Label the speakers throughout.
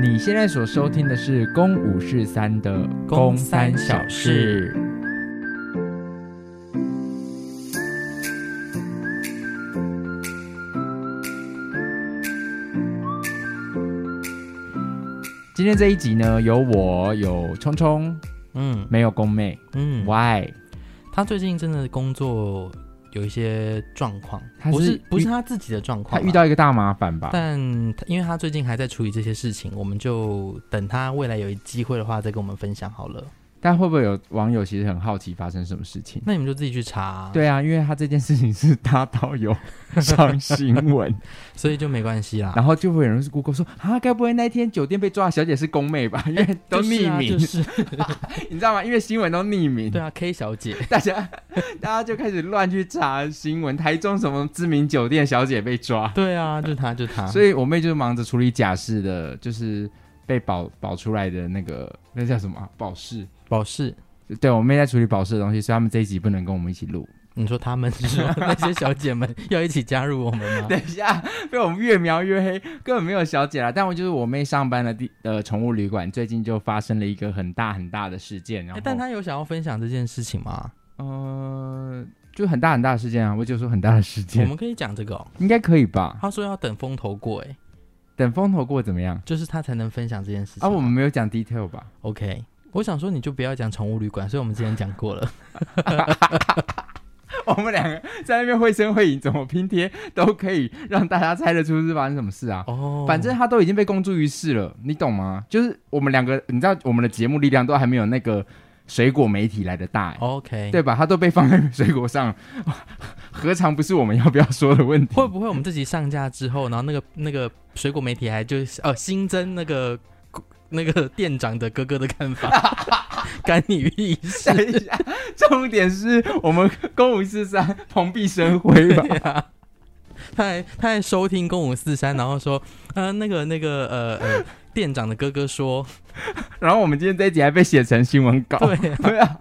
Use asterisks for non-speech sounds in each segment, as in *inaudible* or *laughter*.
Speaker 1: 你现在所收听的是《公五是三》的《
Speaker 2: 公三小事》。
Speaker 1: 今天这一集呢，有我有聪聪，
Speaker 2: 嗯
Speaker 1: 没有宫妹。
Speaker 2: 嗯，
Speaker 1: Why？
Speaker 2: 他最近真的工作有一些状况，
Speaker 1: 他
Speaker 2: 不
Speaker 1: 是
Speaker 2: 是不是
Speaker 1: 遇
Speaker 2: 他自己的状况
Speaker 1: 他
Speaker 2: 啊，
Speaker 1: 遇到一个大麻烦吧？
Speaker 2: 但他因为他最近还在处理这些事情，我们就等他未来有机会的话再跟我们分享好
Speaker 1: 嗯
Speaker 2: 了。
Speaker 1: 但会不会有网友其实很好奇发生什么事情？
Speaker 2: 那你们就自己去查、啊，，
Speaker 1: 对啊，因为他这件事情是大到有上新闻，
Speaker 2: 所以就没关系啦。
Speaker 1: 然后就会有人是 Google 说啊，该不会那天酒店被抓的小姐是宫妹 *laughs* 吧？因为都
Speaker 2: 就是
Speaker 1: 匿
Speaker 2: 啊
Speaker 1: 名，
Speaker 2: 就是
Speaker 1: 你知道吗？因为新闻都匿名，
Speaker 2: *laughs* 对啊，K
Speaker 1: *laughs*
Speaker 2: 小姐，
Speaker 1: 大家大家就开始乱去查新闻，台中什么知名酒店小姐被抓，
Speaker 2: 对啊，就她，就她。
Speaker 1: 所
Speaker 2: 以
Speaker 1: 以我妹就忙着处理假释的，就是被保保出来的那个那叫什么啊保释。
Speaker 2: 保释，
Speaker 1: 对，我妹在处理保释的东西，所以他们这一集不能跟我们一起录。
Speaker 2: 你说他们 *laughs* 是说那些小姐们 *laughs* 要一起加入我们
Speaker 1: *laughs*
Speaker 2: 吗？
Speaker 1: 等一下，被我们越描越黑，根本没有小姐啦。但我就是我妹上班的地呃宠物旅馆，最近就发生了一个很大很大的事件，然
Speaker 2: 哎、
Speaker 1: 后、
Speaker 2: 但他有想要分享这件事情吗？
Speaker 1: 呃就很大很大的事件啊，我就说很大的事
Speaker 2: 我
Speaker 1: 件，
Speaker 2: 们可以讲这个、哦。
Speaker 1: 应该可以吧？
Speaker 2: 他说要等风头过，哎，
Speaker 1: 等风头过怎么样？
Speaker 2: 就是他才能分享这件事情。
Speaker 1: 啊，我们没有讲 detail 吧？ *laughs*
Speaker 2: OK，我想说你就不要讲宠物旅馆，所以我们之前讲过了。
Speaker 1: *laughs* 我们两个在那边绘声绘影，怎么拼贴都可以让大家猜得出是发生什么事啊。
Speaker 2: 哦
Speaker 1: 反正他都已经被公诸于世了，你懂吗？就是我们两个，你知道我们的节目力量都还没有那个水果媒体来的大、欸
Speaker 2: 哦 OK，
Speaker 1: 对吧？他都被放在水果上， *laughs* 何尝不是我们要不要说的问题？
Speaker 2: 会不会我们自己上架之后，然后那个那个水果媒体还就是呃新增那个那个店长的哥哥的看法，
Speaker 1: *laughs*
Speaker 2: 干你屁事
Speaker 1: 等一下，重点是我们公五四三蓬荜生辉吧？
Speaker 2: 啊！他还他还收听公五四三，然后说呃那个那个呃呃店长的哥哥说，
Speaker 1: 然后我们今天这一集还被写成新闻稿，
Speaker 2: 对啊、
Speaker 1: 对啊。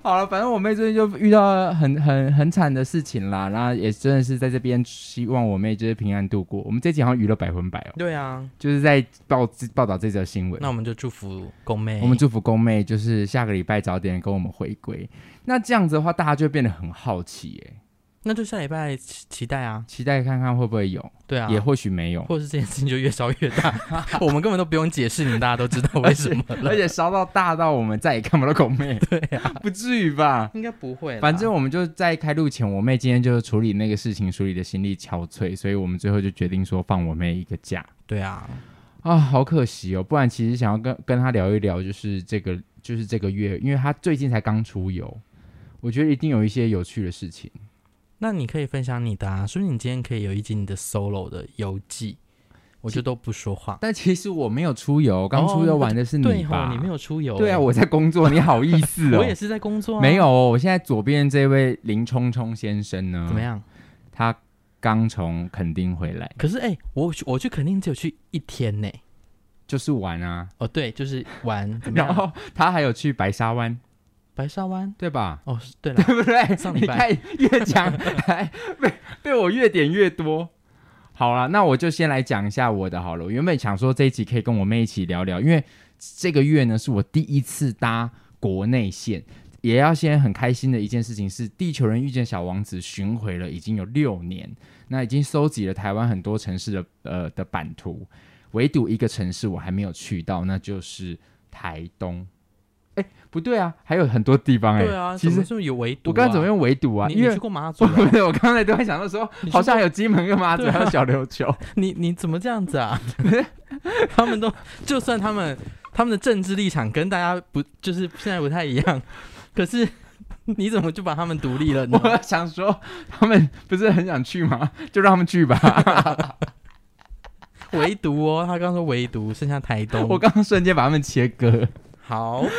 Speaker 1: 好了，反正我妹最近就遇到很很很惨的事情啦，然后也真的是在这边希望我妹就是平安度过。我们这集好像娱乐百分百哦，
Speaker 2: 对啊，
Speaker 1: 就是在报报道这则新闻
Speaker 2: 那。我们就祝福宫妹，
Speaker 1: 我们祝福宫妹就是下个礼拜早点跟我们回归。那这样子的话，大家就会变得很好奇耶、
Speaker 2: 那就下礼拜期期待啊，
Speaker 1: 期待看看会不会有，
Speaker 2: 对啊，
Speaker 1: 也或许没有。
Speaker 2: 或者是这件事情就越烧越大， *laughs* 我们根本都不用解释，你们大家都知道为什么了。
Speaker 1: *laughs* 而且烧到大到我们再也看不到宫妹，
Speaker 2: 对啊，
Speaker 1: *laughs* 不至于吧？
Speaker 2: 应该不会啦。
Speaker 1: 反正我们就在开录前，我妹今天就处理那个事情，处理的心力憔悴，所以我们最后就决定说放我妹一个假
Speaker 2: 对啊，
Speaker 1: 啊，好可惜哦，不然其实想要跟跟她聊一聊，就是这个就是这个月，因为她最近才刚出游，我觉得一定有一些有趣的事情。
Speaker 2: 那你可以分享你的啊，所以你今天可以有一集你的 solo 的游记，我就都不说话。
Speaker 1: 但其实我没有出游，刚出游玩的是
Speaker 2: 对
Speaker 1: 你
Speaker 2: 哈
Speaker 1: 吧？，
Speaker 2: 你没有出游欸、
Speaker 1: 对啊，我在工作，你好意思哦。
Speaker 2: 我也是在工作、啊，
Speaker 1: 没有哦，我现在左边这位林冲冲先生呢，
Speaker 2: 怎么？样。
Speaker 1: 他刚从垦丁回来，
Speaker 2: 可是哎、我去我去肯定只有去一天呢、
Speaker 1: 就是玩啊，
Speaker 2: 哦，对，就是玩，怎么
Speaker 1: *laughs* 然
Speaker 2: 样？
Speaker 1: 后他还有去白沙湾，
Speaker 2: 白沙湾。
Speaker 1: 对吧？
Speaker 2: 哦，是
Speaker 1: *laughs*
Speaker 2: 对了，
Speaker 1: 对不对？
Speaker 2: 上
Speaker 1: 你
Speaker 2: 礼
Speaker 1: 看
Speaker 2: 拜
Speaker 1: 越
Speaker 2: *laughs*
Speaker 1: 讲还被被我越点越多。好了，那我就先来讲一下我的好了。我原本想说这一集可以跟我妹一起聊聊，因为这个月呢是我第一次搭国内线，也要先很开心的一件事情是《地球人遇见小王子》巡回了已经有六年，那已经收集了台湾很多城市的呃的版图，唯独一个城市我还没有去到，那就是台东。哎，不对啊，还有很多地方哎、
Speaker 2: 对啊，
Speaker 1: 其
Speaker 2: 怎
Speaker 1: 实
Speaker 2: 么是有唯独、
Speaker 1: 我刚刚怎么用围堵啊？
Speaker 2: 你
Speaker 1: 因
Speaker 2: 你
Speaker 1: 为
Speaker 2: 去过马祖
Speaker 1: 我 *laughs*
Speaker 2: 啊、
Speaker 1: 不是，我刚才突然想到说，
Speaker 2: 你
Speaker 1: 好像还有金门跟马祖，
Speaker 2: 对啊
Speaker 1: 还有小琉球。
Speaker 2: 你你怎么这样子啊？ *laughs* 他们都就算他们他们的政治立场跟大家不就是现在不太一样，可是你怎么就把他们独立了呢？
Speaker 1: 我想说，他们不是很想去吗？ *laughs* 就让他们去
Speaker 2: *laughs*
Speaker 1: 吧。
Speaker 2: 唯独哦，他刚说唯独剩下台东。
Speaker 1: 我刚刚瞬间把他们切割。
Speaker 2: 好，哦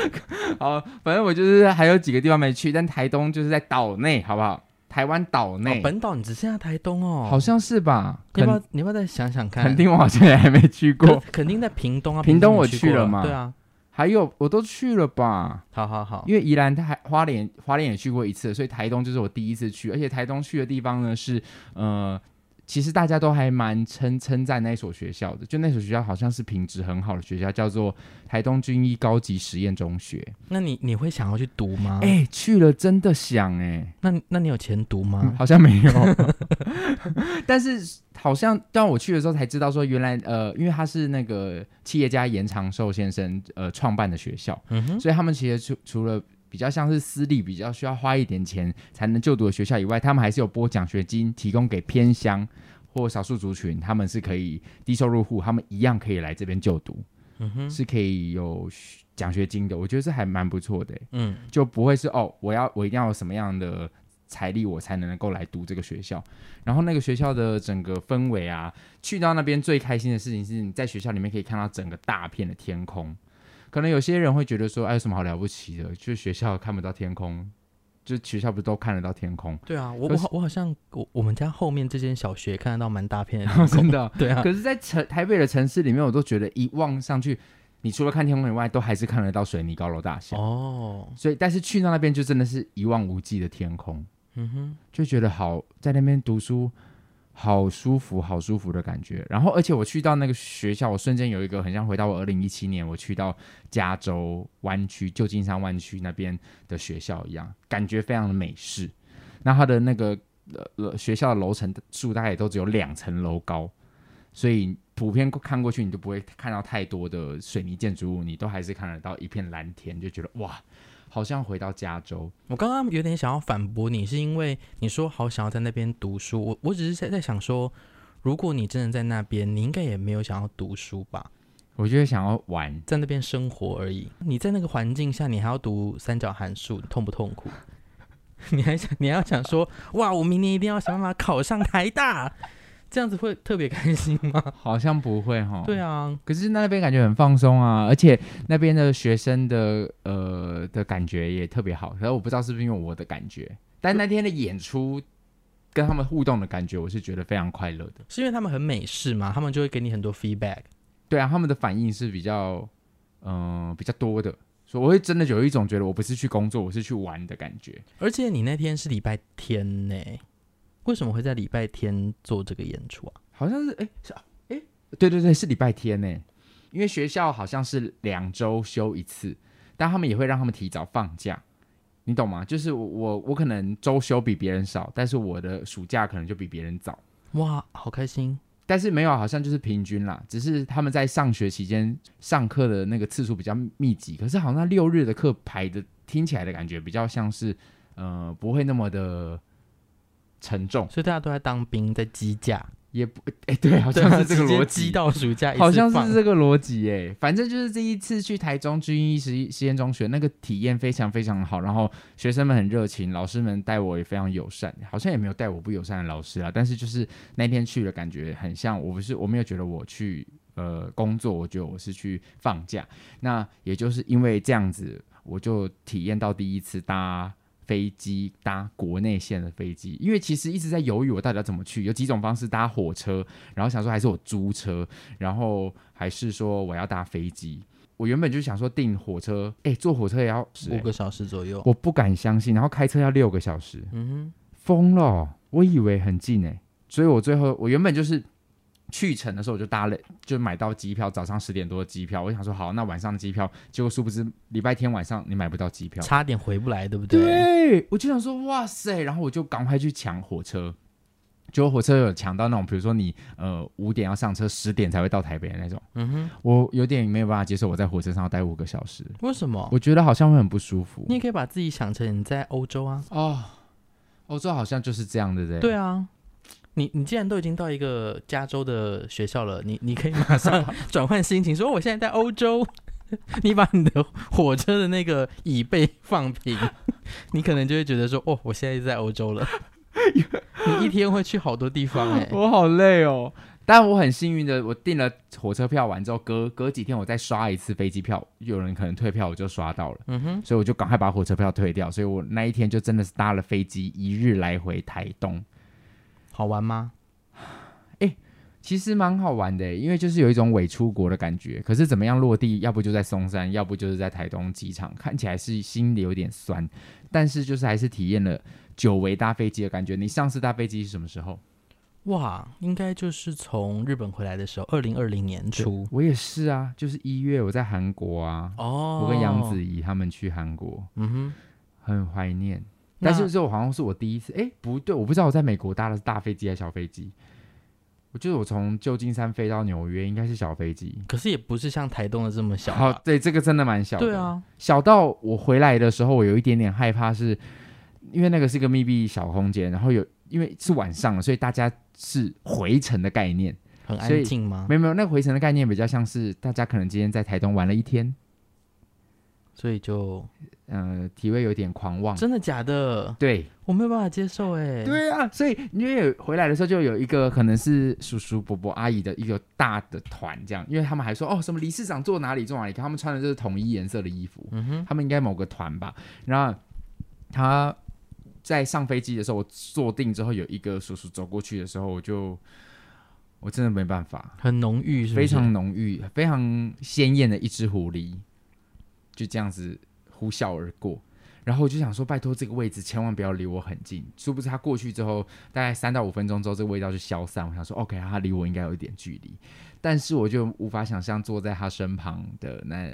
Speaker 1: 好，反正我就是还有几个地方没去，但台东就是在岛内，好不好？台湾岛内
Speaker 2: 哦、，本岛你只剩下台东哦，
Speaker 1: 好像是吧？
Speaker 2: 你要不
Speaker 1: 肯
Speaker 2: 要你要不要再想想看？
Speaker 1: 肯定我好像也还没去过
Speaker 2: 可，肯定在屏东啊，
Speaker 1: 屏东
Speaker 2: 你
Speaker 1: 我去
Speaker 2: 去
Speaker 1: 了
Speaker 2: 过
Speaker 1: 嘛
Speaker 2: 对啊，
Speaker 1: 还有我都去了吧？
Speaker 2: 好好好，
Speaker 1: 因为宜兰、台花莲、花莲也去过一次，所以台东就是我第一次去，而且台东去的地方呢是呃其实大家都还蛮称称赞那一所学校的，就那所学校好像是品质很好的学校，叫做台东军医高级实验中学。
Speaker 2: 那你你会想要去读吗？
Speaker 1: 哎、去了真的想哎、
Speaker 2: 那你那你有钱读吗？
Speaker 1: 好像没有， *laughs* 但是好像当我去的时候才知道说，原来呃，因为他是那个企业家严长寿先生呃创办的学校，
Speaker 2: 嗯哼，
Speaker 1: 所以他们其实除除了比较像是私立比较需要花一点钱才能就读的学校以外，他们还是有拨奖学金提供给偏乡或少数族群，他们是可以低收入户，他们一样可以来这边就读，
Speaker 2: 嗯哼，
Speaker 1: 是可以有奖学金的。我觉得这还蛮不错的、欸
Speaker 2: 嗯，
Speaker 1: 就不会是哦，我要我一定要有什么样的财力，我才能够来读这个学校。然后那个学校的整个氛围啊，去到那边最开心的事情是，你在学校里面可以看到整个大片的天空。可能有些人会觉得说，哎，有什么好了不起的？就是学校看不到天空，就学校不是都看得到天空？ *laughs*
Speaker 2: 对啊，我
Speaker 1: 可
Speaker 2: 我
Speaker 1: 是，
Speaker 2: 好我好像我我们家后面这间小学看得到蛮大片
Speaker 1: *laughs*
Speaker 2: 的天空
Speaker 1: 真的。
Speaker 2: *laughs* 对啊，
Speaker 1: 可是，在城台北的城市里面，我都觉得一望上去，你除了看天空以外，都还是看得到水泥高楼大厦。
Speaker 2: 哦，
Speaker 1: 所以，但是去到那边就真的是一望无际的天空。
Speaker 2: 嗯哼，
Speaker 1: 就觉得好在那边读书，好舒服，好舒服的感觉。然后，而且我去到那个学校，我瞬间有一个很像回到我二零一七年我去到加州湾区、旧金山湾区那边的学校一样，感觉非常的美式。那它的那个呃呃学校的楼层数大概也都只有两层楼高，所以普遍看过去你就不会看到太多的水泥建筑物，你都还是看得到一片蓝天，就觉得哇，好像回到加州。
Speaker 2: 我刚刚有点想要反驳你，是因为你说好想要在那边读书，我我只是在在想说，如果你真的在那边，你应该也没有想要读书吧，
Speaker 1: 我就会想要玩，
Speaker 2: 在那边生活而已。你在那个环境下，你还要读三角函数，痛不痛苦？ *laughs* 你还想你还要想说，哇，我明年一定要想办法考上台大，这样子会特别开心吗？
Speaker 1: 好像不会哈。
Speaker 2: 啊 *laughs* 对啊，
Speaker 1: 可是那边感觉很放松啊，而且那边的学生的呃的感觉也特别好。然后我不知道是不是因为我的感觉，但那天的演出跟他们互动的感觉，我是觉得非常快乐的。
Speaker 2: 是因为他们很美式嘛，他们就会给你很多 feedback。
Speaker 1: 对啊，他们的反应是比较嗯、呃比较多的，所以我会真的有一种觉得我不是去工作，我是去玩的感觉。
Speaker 2: 而且你那天是礼拜天呢，为什么会在礼拜天做这个演出啊？
Speaker 1: 好像是哎是哎对对对是礼拜天呢，因为学校好像是两周休一次，但他们也会让他们提早放假，你懂吗？就是我我我可能周休比别人少，但是我的暑假可能就比别人早，
Speaker 2: 哇，好开心！
Speaker 1: 但是没有好像就是平均啦，只是他们在上学期间上课的那个次数比较密集，可是好像六日的课排的听起来的感觉比较像是呃不会那么的沉重，
Speaker 2: 所以大家都在当兵，在积假，
Speaker 1: 也不哎、对，好
Speaker 2: 好
Speaker 1: 像是这个逻
Speaker 2: 积
Speaker 1: 辑。
Speaker 2: 到暑假一次
Speaker 1: 好
Speaker 2: 放，
Speaker 1: 像是这个逻辑耶，反正就是这一次去台中军医实实验中学，那个体验非常非常好，然后学生们很热情，老师们带我也非常友善，好像也没有带我不友善的老师啦，但是就是那天去的感觉很像，我不是我没有觉得我去呃工作，我觉得我是去放假，那也就是因为这样子，我就体验到第一次搭。飞机搭国内线的飞机，因为其实一直在犹豫我到底要怎么去，有几种方式搭火车，然后想说还是我租车，然后还是说我要搭飞机。我原本就想说订火车，哎、坐火车也要十、
Speaker 2: 五个小时左右。
Speaker 1: 我不敢相信，然后开车要六个小时，
Speaker 2: 嗯
Speaker 1: 疯了哦！我以为很近哎、所以我最后我原本就是去程的时候我就搭了，就买到机票，早上十点多的机票，我想说好，那晚上的机票，结果殊不知礼拜天晚上你买不到机票
Speaker 2: 哼，，差点回不来，对不对？
Speaker 1: 对，我就想说哇塞，然后我就赶快去抢火车，结果火车有抢到那种，比如说你呃五点要上车，十点才会到台北的那种，
Speaker 2: 嗯哼，
Speaker 1: 我有点没有办法接受我在火车上要待五个小时，
Speaker 2: 为什么？
Speaker 1: 我觉得好像会很不舒服
Speaker 2: 你。也可以把自己想成你在欧洲啊。
Speaker 1: 哦，欧洲好像就是这样，对不对？
Speaker 2: 对啊，你你既然都已经到一个加州的学校了，你你可以马 *laughs* 上转换心情，说我现在在欧洲。你把你的火车的那个椅背放平，你可能就会觉得说，哦，我现在在欧洲了。你一天会去好多地方哎、
Speaker 1: 我好累哦。但我很幸运的，我订了火车票完之后，隔隔几天我再刷一次飞机票，有人可能退票，我就刷到了，
Speaker 2: 嗯哼，
Speaker 1: 所以我就赶快把火车票退掉，所以我那一天就真的是搭了飞机一日来回台东，
Speaker 2: 好玩吗？
Speaker 1: 其实蛮好玩的，欸因为就是有一种伪出国的感觉。可是怎么样落地，要不就在松山，要不就是在台东机场，看起来是心里有点酸，但是就是还是体验了久违搭飞机的感觉。你上次搭飞机是什么时候？
Speaker 2: 哇，应该就是从日本回来的时候，二零二零年初。
Speaker 1: 我也是啊，就是一月我在韩国啊，
Speaker 2: 哦，
Speaker 1: 我跟杨子，怡他们去韩国，
Speaker 2: 嗯哼，
Speaker 1: 很怀念。
Speaker 2: 那
Speaker 1: 但是这我好像是我第一次，哎，不对，我不知道我在美国搭的是大飞机还是小飞机。我觉得我从旧金山飞到纽约应该是小飞机。
Speaker 2: 可是也不是像台东的这么小
Speaker 1: 好，
Speaker 2: 吧。
Speaker 1: 对，这个真的蛮小的。
Speaker 2: 对，啊，
Speaker 1: 小到我回来的时候，我有一点点害怕是，因为那个是一个密闭小空间，然后有因为是晚上了，所以大家是回程的概念。
Speaker 2: 很
Speaker 1: 所
Speaker 2: 安
Speaker 1: 以
Speaker 2: 静吗？
Speaker 1: 没有没有，那个回程的概念比较像是大家可能今天在台东玩了一天，
Speaker 2: 所以就
Speaker 1: 呃，体味有点狂妄。
Speaker 2: 真的假的，
Speaker 1: 对
Speaker 2: 我没有办法接受哎。，
Speaker 1: 对啊，所以因为有回来的时候就有一个可能是叔叔伯伯阿姨的一个大的团这样，因为他们还说哦什么理事长坐哪里坐哪里，他们穿的就是统一颜色的衣服，
Speaker 2: 嗯哼，
Speaker 1: 他们应该某个团吧。然后他在上飞机的时候，我坐定之后，有一个叔叔走过去的时候，我就我真的没办法，
Speaker 2: 很浓郁是不
Speaker 1: 非
Speaker 2: 是，
Speaker 1: 常浓郁、非常鲜艳的一只狐狸，就这样子呼啸而过。然后我就想说，拜托这个位置千万不要离我很近。殊不知他过去之后，大概三到五分钟之后，这个味道就消散。我想说，OK，他离我应该有一点距离，但是我就无法想象坐在他身旁的那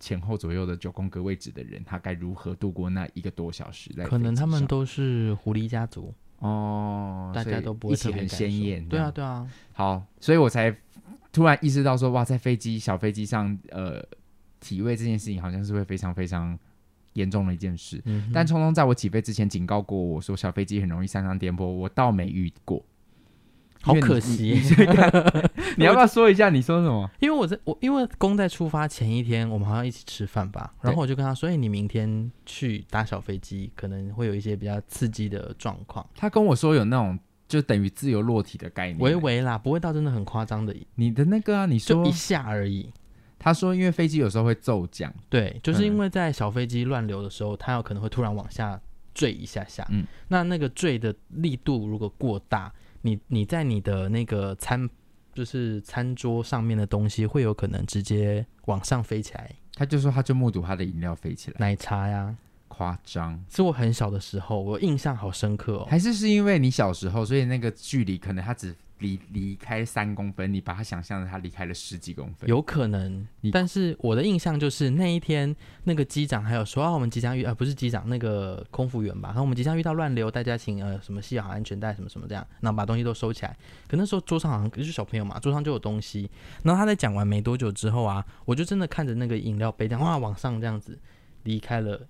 Speaker 1: 前后左右的九宫格位置的人，他该如何度过那一个多小时在飞机上。
Speaker 2: 可能他们都是狐狸家族，
Speaker 1: 哦，
Speaker 2: 大
Speaker 1: 所
Speaker 2: 家
Speaker 1: 以
Speaker 2: 都不
Speaker 1: 一
Speaker 2: 会特
Speaker 1: 起
Speaker 2: 别
Speaker 1: 很
Speaker 2: 感
Speaker 1: 鲜
Speaker 2: 受
Speaker 1: 艳。
Speaker 2: 对啊，，对啊，
Speaker 1: 好，所以我才突然意识到说，哇，在飞机小飞机上，呃，体味这件事情好像是会非常非常严重的一件事。
Speaker 2: 嗯哼，
Speaker 1: 但聪聪在我起飞之前警告过我说，小飞机很容易三上颠簸，我倒没遇过。
Speaker 2: 好
Speaker 1: 因为你 *laughs*
Speaker 2: 可惜，
Speaker 1: 你要不要说一下你说什么？
Speaker 2: *laughs* 因为我在我因为公在出发前一天，我们好像一起吃饭吧，
Speaker 1: 对
Speaker 2: 然后我就跟他说：“哎、你明天去搭小飞机，可能会有一些比较刺激的状况，
Speaker 1: 他跟我说有那种就等于自由落体的概念。
Speaker 2: 微微啦，不会到真的很夸张的，
Speaker 1: 你的那个啊，你
Speaker 2: 就
Speaker 1: 说
Speaker 2: 一下而已。
Speaker 1: 他说因为飞机有时候会骤降，”
Speaker 2: 对，就是因
Speaker 1: 嗯
Speaker 2: 为在小飞机乱流的时候，它有可能会突然往下坠一下下，
Speaker 1: 嗯
Speaker 2: 那那个坠的力度如果过大，你你在你的那个餐就是餐桌上面的东西会有可能直接往上飞起来，
Speaker 1: 他就说他就目睹他的饮料飞起来，
Speaker 2: 奶茶呀。
Speaker 1: 夸张。
Speaker 2: 是我很小的时候，我印象好深刻哦。
Speaker 1: 还是是因为你小时候，所以那个距离可能他只离离开三公分，你把它想象成他离开了十几公分。
Speaker 2: 有可能
Speaker 1: 你，
Speaker 2: 但是我的印象就是那一天，那个机长还有说啊，我们即将遇啊，不是机长，那个空服员吧，然后我们即将遇到乱流，大家请呃什么系好安全带什么什么这样，然后把东西都收起来。可那时候桌上好像就是小朋友嘛，桌上就有东西。然后他在讲完没多久之后啊，我就真的看着那个饮料杯这样哇往上这样子离开了，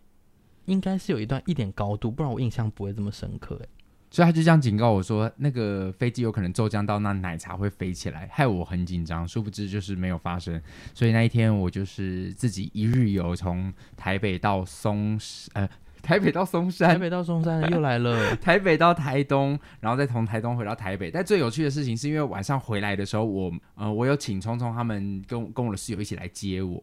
Speaker 2: 应该是有一段一点高度，不然我印象不会这么深刻。欸
Speaker 1: 所以他就这样警告我说，那个飞机有可能骤降到，那奶茶会飞起来，害我很紧张。殊不知就是没有发生。所以那一天我就是自己一日游，从台北到松呃台北到松
Speaker 2: 台
Speaker 1: 山，，
Speaker 2: 北到松山又来了 *laughs*
Speaker 1: 台北到台东，然后再从台东回到台北。但最有趣的事情是因为晚上回来的时候，我呃，我有请聪聪他们跟我跟我的室友一起来接我，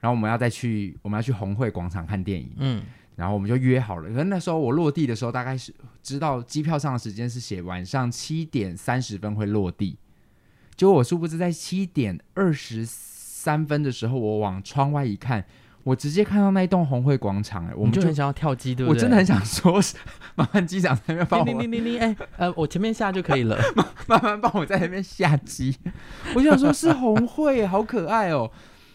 Speaker 1: 然后我们要再去我们要去红会广场看电影，
Speaker 2: 嗯，
Speaker 1: 然后我们就约好了。可是那时候我落地的时候，大概是知道机票上的时间是写晚上七点三十分会落地，结果我殊不知在七点二十三分的时候，我往窗外一看。我直接看到那一栋红会广场、哎，我
Speaker 2: 我
Speaker 1: 们
Speaker 2: 们就很想要跳机，对不
Speaker 1: 我
Speaker 2: 对？
Speaker 1: 真的很想说，麻烦机长在那边帮
Speaker 2: 叮
Speaker 1: 我，
Speaker 2: 叮叮叮叮，哎、呃，我前面下就可以了。
Speaker 1: 麻烦帮我在那边下机。我就想说，是红会，好可爱哦。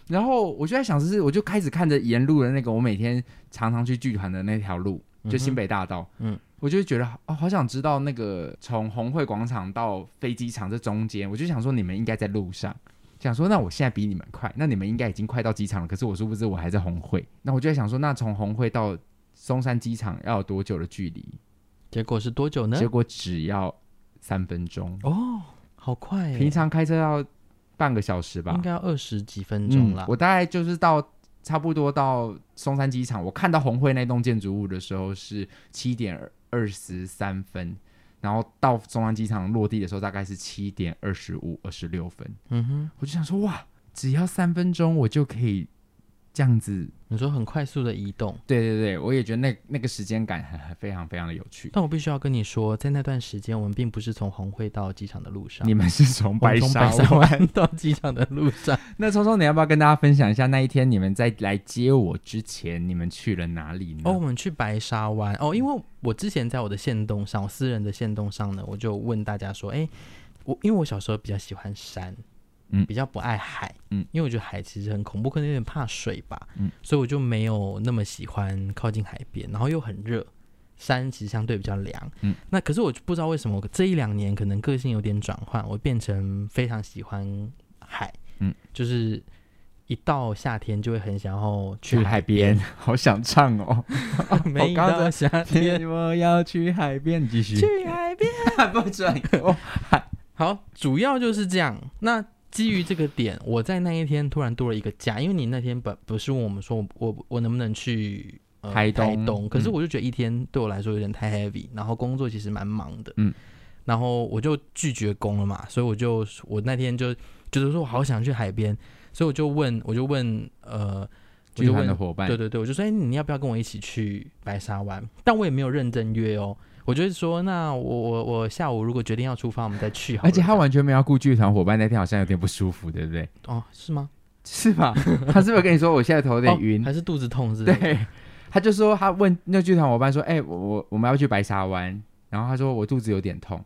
Speaker 1: 然后我就在想，是我就开始看着沿路的那个我每天常常去剧团的那条路，就新北大道，
Speaker 2: 嗯
Speaker 1: 嗯
Speaker 2: 哼。
Speaker 1: 我就觉得好哦，好想知道那个从红会广场到飞机场这中间，我就想说你们应该在路上，想说那我现在比你们快，那你们应该已经快到机场了，可是我殊不知我还在红会，那我就在想说，那从红会到松山机场要有多久的距离？
Speaker 2: 结果是多久呢？
Speaker 1: 结果只要三分钟，
Speaker 2: 哦，好快耶，
Speaker 1: 平常开车要半个小时吧，嗯
Speaker 2: 应该要二十几分钟啦。
Speaker 1: 我大概就是到差不多到松山机场，我看到红会那栋建筑物的时候是七点二十三分，然后到松山机场落地的时候大概是七点二十五、二十六分，
Speaker 2: 嗯哼，
Speaker 1: 我就想说哇，只要三分钟我就可以这样子，
Speaker 2: 你说很快速的移动，
Speaker 1: 对对对，我也觉得那那个时间感很很非常非常的有趣。
Speaker 2: 但我必须要跟你说，在那段时间，我们并不是从红会到机场的路上，
Speaker 1: 你们是从
Speaker 2: 我们
Speaker 1: 白
Speaker 2: 从
Speaker 1: 沙
Speaker 2: 白沙
Speaker 1: 湾
Speaker 2: 湾到机场的路上，
Speaker 1: 那聪聪，你要不要跟大家分享一下那一天你们在来接我之前，你们去了哪里呢？
Speaker 2: 哦，我们去白沙湾哦，因为我之前在我的线动上，我私人的线动上呢，我就问大家说，哎，我因为我小时候比较喜欢山，
Speaker 1: 嗯
Speaker 2: 比较不爱海，
Speaker 1: 嗯，
Speaker 2: 因为我觉得海其实很恐怖，可能有点怕水吧，
Speaker 1: 嗯，
Speaker 2: 所以我就没有那么喜欢靠近海边，然后又很热。山其实相对比较凉，
Speaker 1: 嗯，
Speaker 2: 那可是我就不知道为什么我这一两年可能个性有点转换，我变成非常喜欢海，
Speaker 1: 嗯，
Speaker 2: 就是一到夏天就会很想要去
Speaker 1: 去海边，好想唱哦！
Speaker 2: *laughs* 没
Speaker 1: 刚
Speaker 2: 到
Speaker 1: 才
Speaker 2: 夏天
Speaker 1: *laughs* 我要去海边，你继续。
Speaker 2: 去海边。
Speaker 1: *laughs* 不
Speaker 2: *laughs*
Speaker 1: 准哦！
Speaker 2: 好，主要就是这样。那基于这个点，我在那一天突然多了一个假，因为你那天本不是问我们说我我我能不能去、呃、
Speaker 1: 台东
Speaker 2: 东可是
Speaker 1: 嗯
Speaker 2: 我就觉得一天对我来说有点太 heavy，然后工作其实蛮忙的，
Speaker 1: 嗯，
Speaker 2: 然后我就拒绝工了嘛，所以我就我那天就就是说我好想去海边，所以我就问我就问呃。我
Speaker 1: 剧
Speaker 2: 就
Speaker 1: 团
Speaker 2: 问
Speaker 1: 的伙伴
Speaker 2: 对，对对，我就说，哎、你要不要跟我一起去白沙湾？但我也没有认真约哦，我就是说，那我我我下午如果决定要出发，我们再去好了。
Speaker 1: 而且他完全没有要顾剧团伙伴，那天好像有点不舒服，对不对？
Speaker 2: 哦， *laughs* 是吗？
Speaker 1: 是吧？ *laughs* 他是不是跟你说我现在头有点
Speaker 2: 哦
Speaker 1: 晕？
Speaker 2: 还是肚子痛是不是？
Speaker 1: 对，他就说他问那剧团伙伴说：“哎、我我我们要去白沙湾。”然后他说我肚子有点痛，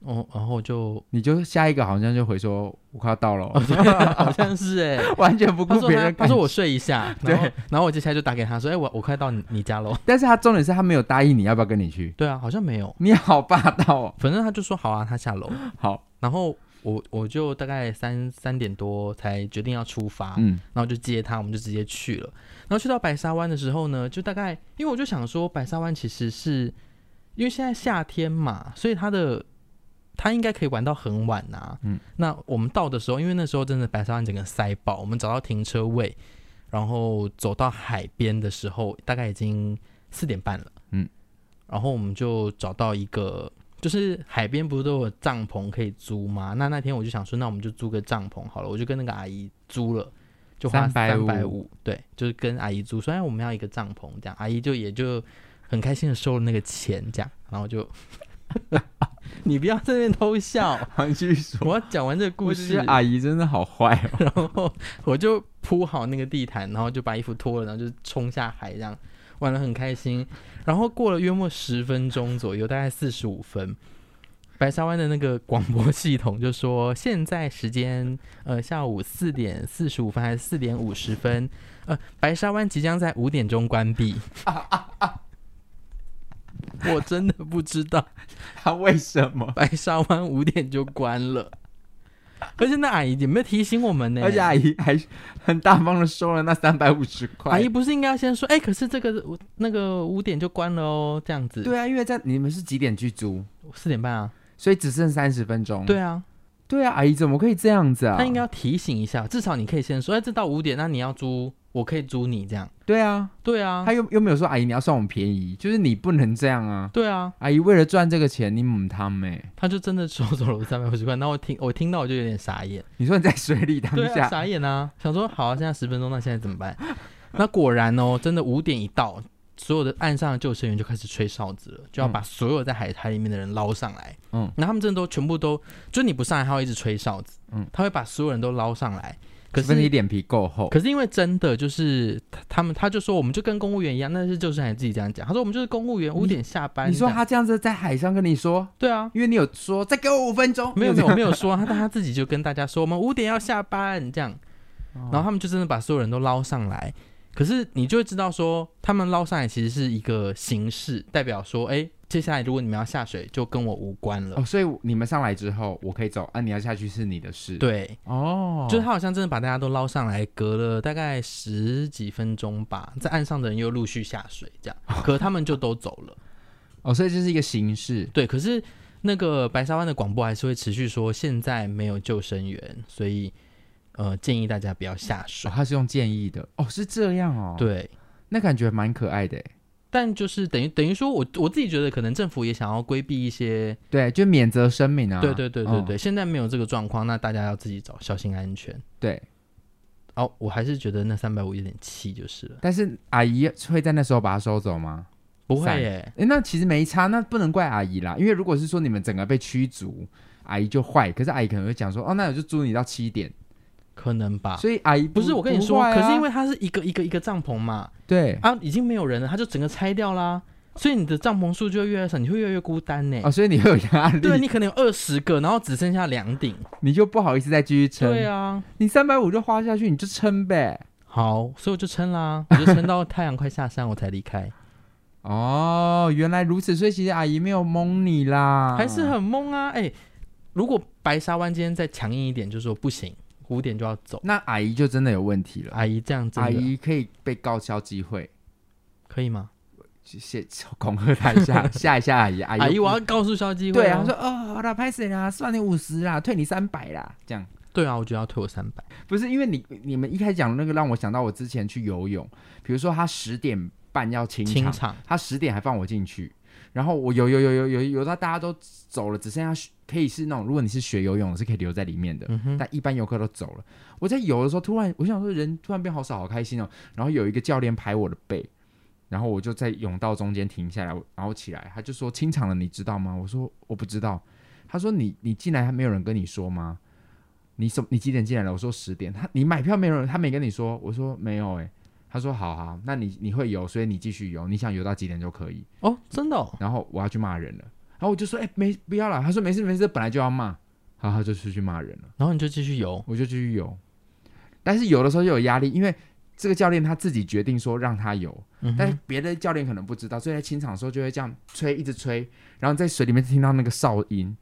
Speaker 2: 哦，然后
Speaker 1: *laughs*
Speaker 2: 我就
Speaker 1: 你就下一个好像就回说我快要到了哦，
Speaker 2: 好像是哎、
Speaker 1: *laughs* 完全不
Speaker 2: 他
Speaker 1: 顾
Speaker 2: 说
Speaker 1: 别
Speaker 2: 他
Speaker 1: 人
Speaker 2: 他
Speaker 1: 感
Speaker 2: 说
Speaker 1: 受。
Speaker 2: 我睡一下，
Speaker 1: *laughs*
Speaker 2: 然后然后我接下来就打给他说，哎、我我快到你你家喽。
Speaker 1: 但是他重点是他没有答应你要不要跟你去，
Speaker 2: 对啊，好像没有，
Speaker 1: 你好霸道哦。
Speaker 2: 反正他就说好啊，他下楼，
Speaker 1: 好，
Speaker 2: 然后我我就大概三三点多才决定要出发，
Speaker 1: 嗯，
Speaker 2: 然后就接他，我们就直接去了。然后去到白沙湾的时候呢，就大概因为我就想说，白沙湾其实是因为现在夏天嘛，所以它的它应该可以玩到很晚呐、
Speaker 1: 嗯，
Speaker 2: 那我们到的时候，因为那时候真的白沙湾整个塞爆，我们找到停车位，然后走到海边的时候，大概已经四点半了。
Speaker 1: 嗯，
Speaker 2: 然后我们就找到一个。就是海边不是都有帐篷可以租吗？那那天我就想说，那我们就租个帐篷好了，我就跟那个阿姨租了，就花三
Speaker 1: 350
Speaker 2: 百五，对，就是跟阿姨租说，哎，我们要一个帐篷，这样阿姨就也就很开心的收了那个钱，这样，然后就， *laughs* 你不要在那边偷笑，
Speaker 1: 好，你继续说。
Speaker 2: 我要讲完这个故
Speaker 1: 我只是
Speaker 2: 事，
Speaker 1: 阿姨真的好坏哦，
Speaker 2: 然后我就铺好那个地毯，然后就把衣服脱了，然后就冲下海，这样玩的很开心。然后过了约莫十分钟左右，大概四十五分，白沙湾的那个广播系统就说，现在时间呃下午四点四十五分还是四点五十分，呃白沙湾即将在五点钟关闭。我真的不知道
Speaker 1: *laughs* 他为什么？
Speaker 2: 白沙湾五点就关了，而且那阿姨也没有提醒我们
Speaker 1: *laughs*
Speaker 2: 呢、
Speaker 1: 而且阿姨还很大方的收了那三百五十块。
Speaker 2: 阿姨不是应该要先说，哎、可是这个我那个五点就关了哦，这样子。，
Speaker 1: 对啊，因为在你们是几点去租，
Speaker 2: 四点半啊。
Speaker 1: 所以只剩三十分钟。
Speaker 2: 对啊，
Speaker 1: 对啊，阿姨怎么可以这样嗯子啊？
Speaker 2: 她应该要提醒一下，至少你可以先说，哎、这到五点，那你要租，我可以租你这样。
Speaker 1: 对啊，
Speaker 2: 对啊
Speaker 1: 她，又又没有说阿姨你要算我们便宜，就是你不能这样啊。
Speaker 2: 对啊，
Speaker 1: 阿姨为了赚这个钱，你母汤没？
Speaker 2: 她就真的收走了三百五十块。那我听我听到我就有点傻眼，
Speaker 1: 你说你在水里当
Speaker 2: 对啊，
Speaker 1: 下，
Speaker 2: 傻眼啊，想说好、啊，现在十分钟，那现在怎么办？ *laughs* 那果然哦，真的五点一到，所有的岸上的救生员就开始吹哨子了，就要把所有在海海里面的人捞上来。
Speaker 1: 嗯，
Speaker 2: 然后他们真的都全部都，就你不上来，他会一直吹哨子，
Speaker 1: 嗯
Speaker 2: 嗯，他会把所有人都捞上来。可
Speaker 1: 可是你
Speaker 2: 是，
Speaker 1: 脸皮够厚。
Speaker 2: 可是因为真的就是他他们，他就说我们就跟公务员一样，那是就是还自己这样讲。他说我们就是公务员，五点下班。
Speaker 1: 你说
Speaker 2: 这样
Speaker 1: 她这样子在海上跟你说，
Speaker 2: 对啊，
Speaker 1: 因为你有说再给我五分钟，
Speaker 2: 没有没有
Speaker 1: 这
Speaker 2: 我
Speaker 1: 样
Speaker 2: 没有说，他但他自己就跟大家说我们五点要下班这样，
Speaker 1: 哦
Speaker 2: 然后他们就真的把所有人都捞上来。可是你就会知道说，他们捞上来其实是一个形式，代表说，哎，接下来如果你们要下水，就跟我无关了。
Speaker 1: 哦，所以你们上来之后，我可以走啊，你要下去是你的事。，
Speaker 2: 对，
Speaker 1: 哦，
Speaker 2: 就是他好像真的把大家都捞上来，隔了大概十几分钟吧，在岸上的人又陆续下水，这样，可他们就都走了。
Speaker 1: 哦，所以这是一个形式。
Speaker 2: 对，可是那个白沙湾的广播还是会持续说，现在没有救生员，所以呃，建议大家不要下
Speaker 1: 哦
Speaker 2: 水。，
Speaker 1: 他是用建议的哦，是这样哦，，
Speaker 2: 对，
Speaker 1: 那感觉蛮可爱的耶，欸
Speaker 2: 但就是等于等于说我我自己觉得，可能政府也想要规避一些，
Speaker 1: 对，就免责声明啊，
Speaker 2: 对对对对
Speaker 1: 嗯
Speaker 2: 对，现在没有这个状况，那大家要自己找小心安全。
Speaker 1: 对，
Speaker 2: 哦，我还是觉得那三百五有点气就是了，
Speaker 1: 但是阿姨会在那时候把它收走吗？
Speaker 2: 不会
Speaker 1: 散
Speaker 2: 耶，
Speaker 1: 诶，那其实没差，那不能怪阿姨啦，因为如果是说你们整个被驱逐，阿姨就坏，可是阿姨可能会讲说，哦，那我就租你到七点，
Speaker 2: 可能吧。
Speaker 1: 所以阿姨
Speaker 2: 啊不是我跟你说，
Speaker 1: 坏啊嗯
Speaker 2: 可是因为它是一个一个一个帐篷嘛，
Speaker 1: 对
Speaker 2: 啊，已经没有人了，它就整个拆掉啦，所以你的帐篷数就会越来越少，你会越来越孤单呢。
Speaker 1: 哦，所以你会有压力，
Speaker 2: 对你可能有二十个，然后只剩下两顶。
Speaker 1: 你就不好意思再继续撑，
Speaker 2: 对啊，
Speaker 1: 你三百五就花下去，你就撑呗。
Speaker 2: 好，所以我就撑啦， *laughs* 我就撑到太阳快下山我才
Speaker 1: *laughs*
Speaker 2: 离开，
Speaker 1: 哦，原来如此，所以其实阿姨没有蒙你啦，
Speaker 2: 还是很懵啊。哎、如果白沙湾今天再强硬一点，就说不行，五点就要走。
Speaker 1: 那阿姨就真的有问题了，
Speaker 2: 阿姨这样真
Speaker 1: 阿
Speaker 2: 的
Speaker 1: 姨可以被告消机会，
Speaker 2: 可以吗？
Speaker 1: 谢恐吓她一
Speaker 2: *laughs*
Speaker 1: 下，吓一下阿姨，阿姨
Speaker 2: 阿姨，
Speaker 1: 不
Speaker 2: 我要告诉肖机会、
Speaker 1: 对啊，他说哦，好啦，拍谁啦，算你五十啦，退你三百啦，这样
Speaker 2: 对啊，我觉得要退我三百。
Speaker 1: 不是因为你你们一开始讲的那个让我想到我之前去游泳，比如说他十点半要清
Speaker 2: 清
Speaker 1: 场，
Speaker 2: 场，
Speaker 1: 他十点还放我进去，然后我游游游游游游到大家都走了，只剩下学可以是那种如果你是学游泳是可以留在里面的，
Speaker 2: 嗯哼，
Speaker 1: 但一般游客都走了。我在游的时候，突然我想说人突然变好少，好开心哦。然后有一个教练拍我的背，然后我就在泳道中间停下来，然后起来，他就说清场了，你知道吗？我说我不知道。他说你你进来还没有人跟你说吗？你什你几点进来了？我说十点。他你买票没有人，他没跟你说。我说没有诶、欸他说好好，那你你会游，所以你继续游，你想游到几点就可以。
Speaker 2: 哦，真的、哦，
Speaker 1: 然后我要去骂人了，然后我就说哎、没不要了。他说没事没事，本来就要骂，好他就出去骂人了。
Speaker 2: 然后你就继续游，
Speaker 1: 我就继续游。但是有的时候就有压力，因为这个教练他自己决定说让他游，
Speaker 2: 嗯
Speaker 1: 但
Speaker 2: 哼
Speaker 1: 是，别的教练可能不知道，所以在清场的时候就会这样吹，一直吹，然后在水里面听到那个哨音，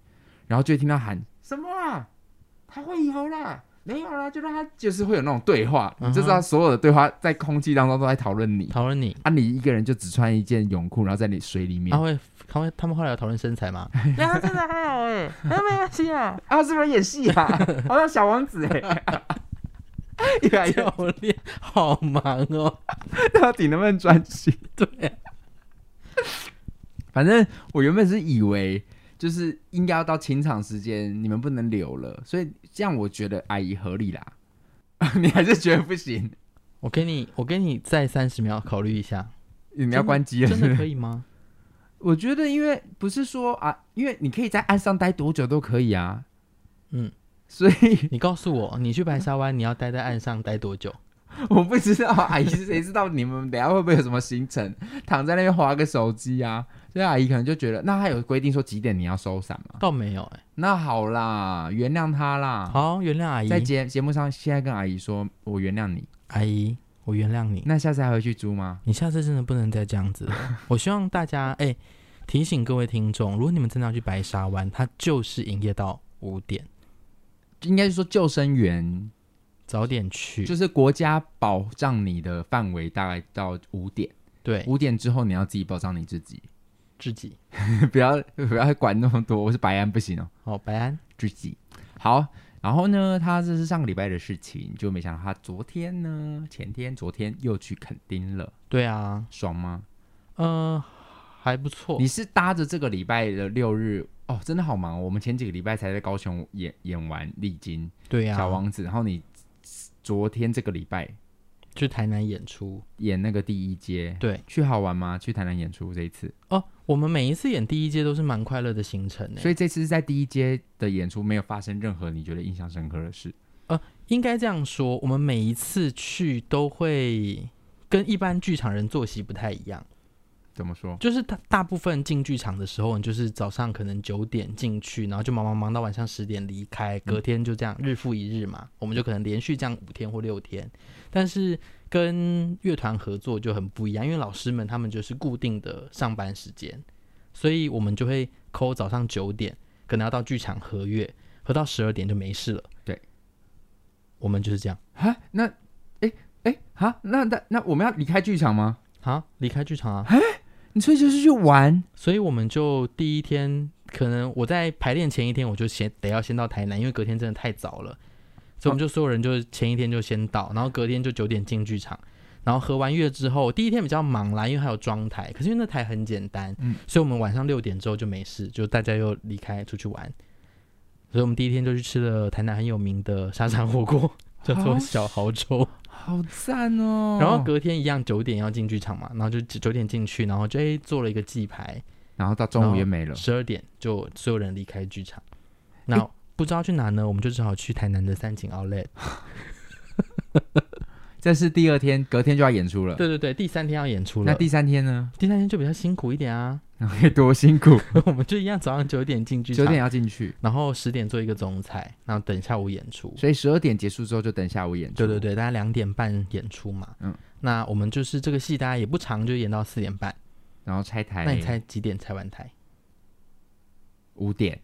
Speaker 1: 然后就会听到喊什么啊，他会游啦，没有啦，就让他就是会有那种对话，你就知道所有的对话在空气当中都在讨论
Speaker 3: 嗯
Speaker 1: 你。
Speaker 2: 讨论你，
Speaker 1: 啊，你一个人就只穿一件泳裤，然后在你水
Speaker 3: *laughs*
Speaker 1: 里面
Speaker 2: 他、会，他会，他们后来有讨论身材吗？
Speaker 3: 然后真的还好哎、那没关系啊。
Speaker 1: *laughs* 啊，是不是演戏啊？好像小王子哎、
Speaker 3: *laughs*
Speaker 1: *laughs* 越来越
Speaker 2: 教练哎好忙哦， *laughs*
Speaker 1: 到底能不能专心？ *laughs*
Speaker 2: 对啊，
Speaker 1: 反正我原本是以为就是应该要到清场时间，你们不能留了，所以这样我觉得阿姨合理啦。 *laughs* 你还是觉得不行？ *laughs*
Speaker 2: 我给你，我给你再三十秒考虑一下，
Speaker 1: 你们要关机了是
Speaker 2: 真
Speaker 1: 不
Speaker 2: 的
Speaker 1: 是？
Speaker 2: 可以吗？
Speaker 1: 我觉得，因为不是说啊，因为你可以在岸上待多久都可以啊。
Speaker 2: 嗯，
Speaker 1: 所以
Speaker 2: 你告诉我，你去白沙湾，你要待在岸上待多久？
Speaker 1: 我不知道阿姨是谁知道你们等一下会不会有什么行程，躺在那边划个手机啊。所以阿姨可能就觉得，那她有规定说几点你要收伞吗？
Speaker 2: 倒没有哎、
Speaker 1: 那好啦，原谅她啦。
Speaker 2: 好，原谅阿
Speaker 1: 在
Speaker 2: 姨，嗯
Speaker 1: 节节目上，现在跟阿姨说，我原谅你。
Speaker 2: 阿姨，我原谅你，
Speaker 1: 那下次还会去租吗？
Speaker 2: 你下次真的不能再这样子
Speaker 1: *laughs*
Speaker 2: 了。我希望大家哎、提醒各位听众，如果你们真的要去白沙湾，它就是营业到五点，
Speaker 1: 应该是说救生员，
Speaker 2: 早点去。
Speaker 1: 就是国家保障你的范围大概到五点，
Speaker 2: 对，
Speaker 1: 五点之后你要自己保障你自己，
Speaker 2: 自己
Speaker 1: *laughs* 不要不要管那么多。我是白安不行哦，
Speaker 2: 好，白安，
Speaker 1: 自己好。然后呢，他这是上个礼拜的事情，就没想到他昨天呢，前天、昨天又去垦丁了，
Speaker 2: 对啊，
Speaker 1: 爽吗？
Speaker 2: 嗯、还不错
Speaker 1: 你。是搭着这个礼拜的六日哦，真的好忙、哦。我们前几个礼拜才在高雄演演完《历经
Speaker 2: 对啊，
Speaker 1: 小王子》，然后你昨天这个礼拜
Speaker 2: 去台南演出。
Speaker 1: 演那个第一阶，
Speaker 2: 对
Speaker 1: 去好玩吗？去台南演出这一次，
Speaker 2: 哦，我们每一次演第一届都是蛮快乐的行程欸呢。
Speaker 1: 所以这次在第一阶的演出没有发生任何你觉得印象深刻的事。
Speaker 2: 应该这样说，我们每一次去都会跟一般剧场人作息不太一样，
Speaker 1: 怎么说？
Speaker 2: 就是大大部分进剧场的时候，你就是早上可能九点进去，然后就忙忙忙到晚上十点离开，隔天就这样日复一日嘛，我们就可能连续这样五天或六天。但是跟乐团合作就很不一样，因为老师们他们就是固定的上班时间，所以我们就会抠早上九点，可能要到剧场合乐，合到十二点就没事了。
Speaker 1: 对，
Speaker 2: 我们就是这样。
Speaker 1: 哈，那，哎哎，哈，那那那我们要离开剧场吗？
Speaker 2: 好，离开剧场啊，
Speaker 1: 你所以就是去玩，
Speaker 2: 所以我们就第一天，可能我在排练前一天，我就先得要先到台南，因为隔天真的太早了，所以我们就所有人就前一天就先到，然后隔天就九点进剧场，然后合完乐之后，第一天比较忙啦，因为还有装台，可是因为那台很简单，
Speaker 1: 嗯
Speaker 2: 所以我们晚上六点之后就没事，就大家又离开出去玩，所以我们第一天就去吃了台南很有名的沙茶火锅， *laughs* 叫做小濠州。
Speaker 1: 好赞哦！
Speaker 2: 然后隔天一样九点要进剧场嘛，然后就九点进去，然后就诶做了一个记牌，
Speaker 1: 然后到中午也没了，
Speaker 2: 十二点就所有人离开剧场。那不知道去哪呢，我们就只好去台南的三井 Outlet。
Speaker 1: 这是第二天，隔天就要演出了。
Speaker 2: 对对对，第三天要演出了，
Speaker 1: 那第三天呢？
Speaker 2: 第三天就比较辛苦一点
Speaker 1: *laughs*
Speaker 2: 啊，
Speaker 1: 多辛苦，
Speaker 2: 我们就一样早上九点进剧场，
Speaker 1: 九点要进去，
Speaker 2: 然后十点做一个总彩，然后等下午演出。
Speaker 1: 所以十二点结束之后就等下午演出。
Speaker 2: 对对对，大概两点半演出嘛。
Speaker 1: 嗯
Speaker 2: 嗯，那我们就是这个戏，大概也不长，就演到四点半。
Speaker 1: 然后拆台，
Speaker 2: 那你猜几点才完台？
Speaker 1: 五点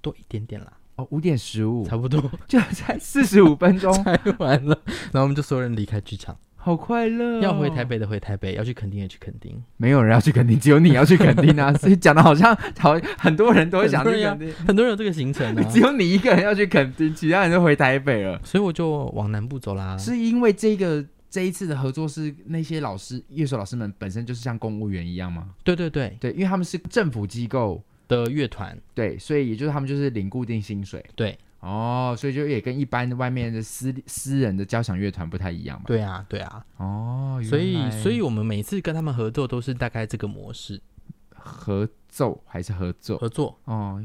Speaker 2: 多一点点啦，
Speaker 1: 哦，五点十五，
Speaker 2: 差不多
Speaker 1: *laughs* 就才四十五分
Speaker 2: *laughs*
Speaker 1: 钟，
Speaker 2: 拍完了。然后我们就所有人离开剧场，
Speaker 1: 好快乐、哦
Speaker 2: 要回台，北的回台北，要去垦丁的去垦丁。
Speaker 1: 没有人要去垦丁，只有你要去垦丁
Speaker 2: *laughs*
Speaker 1: 啊！所以讲的好像好，很多人都会想去垦
Speaker 2: 很
Speaker 1: 丁，
Speaker 2: 很多人有这个行
Speaker 1: *laughs*
Speaker 2: 程
Speaker 1: 你
Speaker 2: 啊
Speaker 1: 只，有你一个人要去垦丁，其他人都回台北了。
Speaker 2: 所以我就往南部走啦。
Speaker 1: 是因为这个这一次的合作是那些老师乐手老师们本身就是像公务员一样吗？
Speaker 2: 对对对
Speaker 1: 对，因为他们是政府机构，
Speaker 2: 的乐团，
Speaker 1: 对，所以也就是他们就是领固定薪水。
Speaker 2: 对
Speaker 1: 哦，所以就也跟一般外面的私私人的交响乐团不太一样嘛。，
Speaker 2: 对啊对啊。
Speaker 1: 哦，
Speaker 2: 所以
Speaker 1: 原来
Speaker 2: 所以我们每次跟他们合作都是大概这个模式，
Speaker 1: 合奏还是合奏
Speaker 2: 合作
Speaker 1: 哦，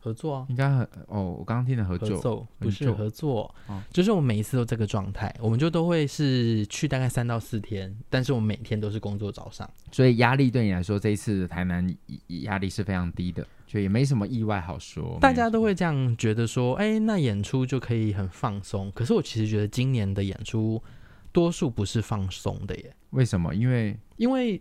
Speaker 2: 合作啊。
Speaker 1: 应该合哦，我刚刚听的合
Speaker 2: 合
Speaker 1: 奏
Speaker 2: 奏
Speaker 1: 合
Speaker 2: 不是
Speaker 1: 奏
Speaker 2: 合作
Speaker 1: 哦，
Speaker 2: 就是我们每一次都这个状态，我们就都会是去大概三到四天，但是我们每天都是工作早上。
Speaker 1: 所以压力对你来说，这一次的台南压力是非常低的，就也没什么意外好说。
Speaker 2: 大家都会这样觉得说，哎，那演出就可以很放松。可是我其实觉得今年的演出多数不是放松的耶，
Speaker 1: 为什么？因为
Speaker 2: 因为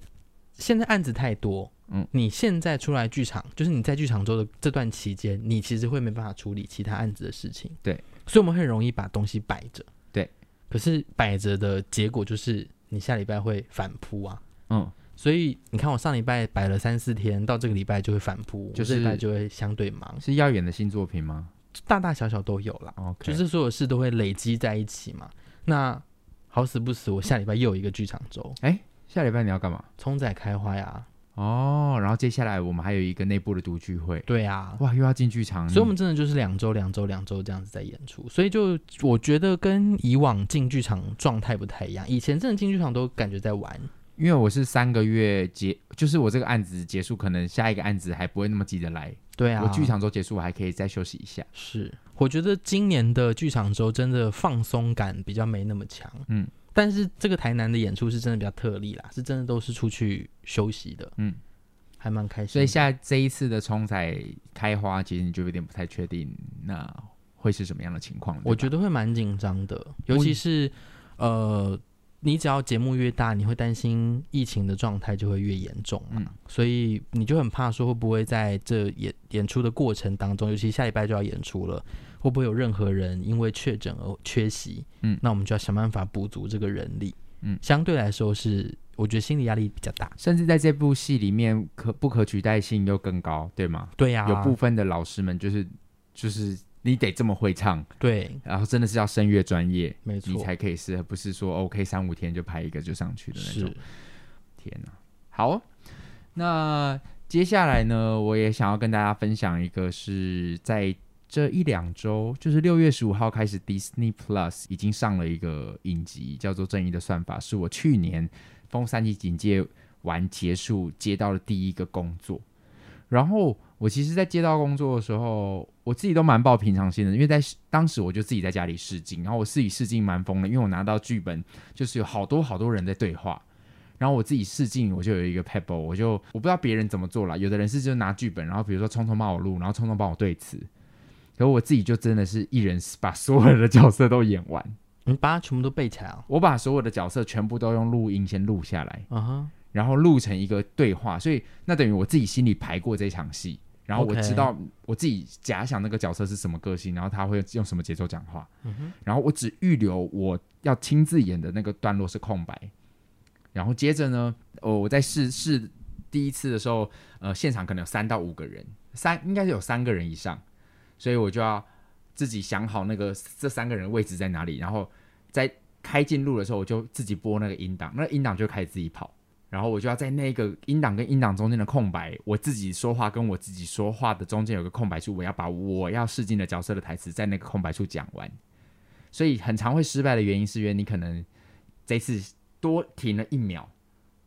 Speaker 2: 现在案子太多。
Speaker 1: 嗯
Speaker 2: 嗯，你现在出来剧场，就是你在剧场周的这段期间，你其实会没办法处理其他案子的事情。
Speaker 1: 对，
Speaker 2: 所以我们很容易把东西摆着。
Speaker 1: 对，
Speaker 2: 可是摆着的结果就是你下礼拜会反扑啊。
Speaker 1: 嗯，
Speaker 2: 所以你看，我上礼拜摆了三四天，到这个礼拜就会反扑，
Speaker 1: 就
Speaker 2: 就是是礼拜就会相对忙，
Speaker 1: 是耀眼的新作品吗
Speaker 2: 大大小小都有啦，
Speaker 1: ？OK，
Speaker 2: 就是所有事都会累积在一起嘛。那好死不死，我下礼拜又有一个剧场周，
Speaker 1: 下礼拜你要干嘛？
Speaker 2: 冲仔开花呀，
Speaker 1: 哦，然后接下来我们还有一个内部的读聚会，
Speaker 2: 对啊，
Speaker 1: 哇，又要进剧场，
Speaker 2: 所以我们真的就是两周、两周、两周这样子在演出，所以就我觉得跟以往进剧场状态不太一样，以前真的进剧场都感觉在玩，
Speaker 1: 因为我是三个月结，就是我这个案子结束，可能下一个案子还不会那么急着来。
Speaker 2: 对啊，
Speaker 1: 我剧场周结束，我还可以再休息一下。
Speaker 2: 是，我觉得今年的剧场周真的放松感比较没那么强，
Speaker 1: 嗯
Speaker 2: 嗯，但是这个台南的演出是真的比较特例啦，是真的都是出去休息的，
Speaker 1: 嗯
Speaker 2: 嗯，还蛮开心的。
Speaker 1: 所以下这一次的冲彩开花，其实你就有点不太确定，那会是什么样的情况？
Speaker 2: 我觉
Speaker 1: 得
Speaker 2: 得会蛮紧张的，尤其是呃，你只要节目越大，你会担心疫情的状态就会越严重嘛，
Speaker 1: 嗯
Speaker 2: 所以你就很怕说会不会在这演演出的过程当中，尤其下礼拜就要演出了，会不会有任何人因为确诊而缺席？
Speaker 1: 嗯
Speaker 2: 那我们就要想办法补足这个人力。
Speaker 1: 嗯
Speaker 2: 相对来说是，我觉得心理压力比较大。
Speaker 1: 甚至在这部戏里面，可不可取代性又更高，对吗？
Speaker 2: 对啊呀、
Speaker 1: 有部分的老师们就是就是你得这么会唱，
Speaker 2: 对，
Speaker 1: 然后真的是要声乐专业，
Speaker 2: 没
Speaker 1: 你
Speaker 2: 错，
Speaker 1: 才可以是，不是说 OK 三五天就拍一个就上去的那种
Speaker 2: 是。
Speaker 1: 天哪、好，哦那接下来呢，我也想要跟大家分享一个是在这一两周，就是六月十五号开始，Disney Plus 已经上了一个影集，叫做《正义的算法》，是我去年封三级警戒完结束接到的第一个工作。然后我其实，在接到工作的时候，我自己都蛮抱平常心的，因为在当时我就自己在家里试镜，然后我自己试镜蛮疯的，因为我拿到剧本就是有好多好多人在对话，然后我自己试镜我就有一个 pebble，我就我不知道别人怎么做啦，有的人是就拿剧本，然后比如说聪聪帮我录，然后聪聪帮我对词，可我自己就真的是一人把所有的角色都演完，
Speaker 2: 你把它全部都背起来哦。
Speaker 1: 我把所有的角色全部都用录音先录下来，
Speaker 2: 啊哈，
Speaker 1: 然后录成一个对话，所以那等于我自己心里排过这场戏，然后我
Speaker 2: OK
Speaker 1: 知道我自己假想那个角色是什么个性，然后他会用什么节奏讲话，然后我只预留我要亲自演的那个段落是空白，然后接着呢，哦，我在试试第一次的时候，呃，现场可能有三到五个人，三应该是有三个人以上，所以我就要自己想好那个这三个人位置在哪里，然后在开进录的时候，我就自己播那个音档，那个音档就开始自己跑，然后我就要在那个音档跟音档中间的空白，我自己说话跟我自己说话的中间有个空白处，我要把我要试镜的角色的台词在那个空白处讲完。所以很常会失败的原因是因为你可能这次多停了一秒，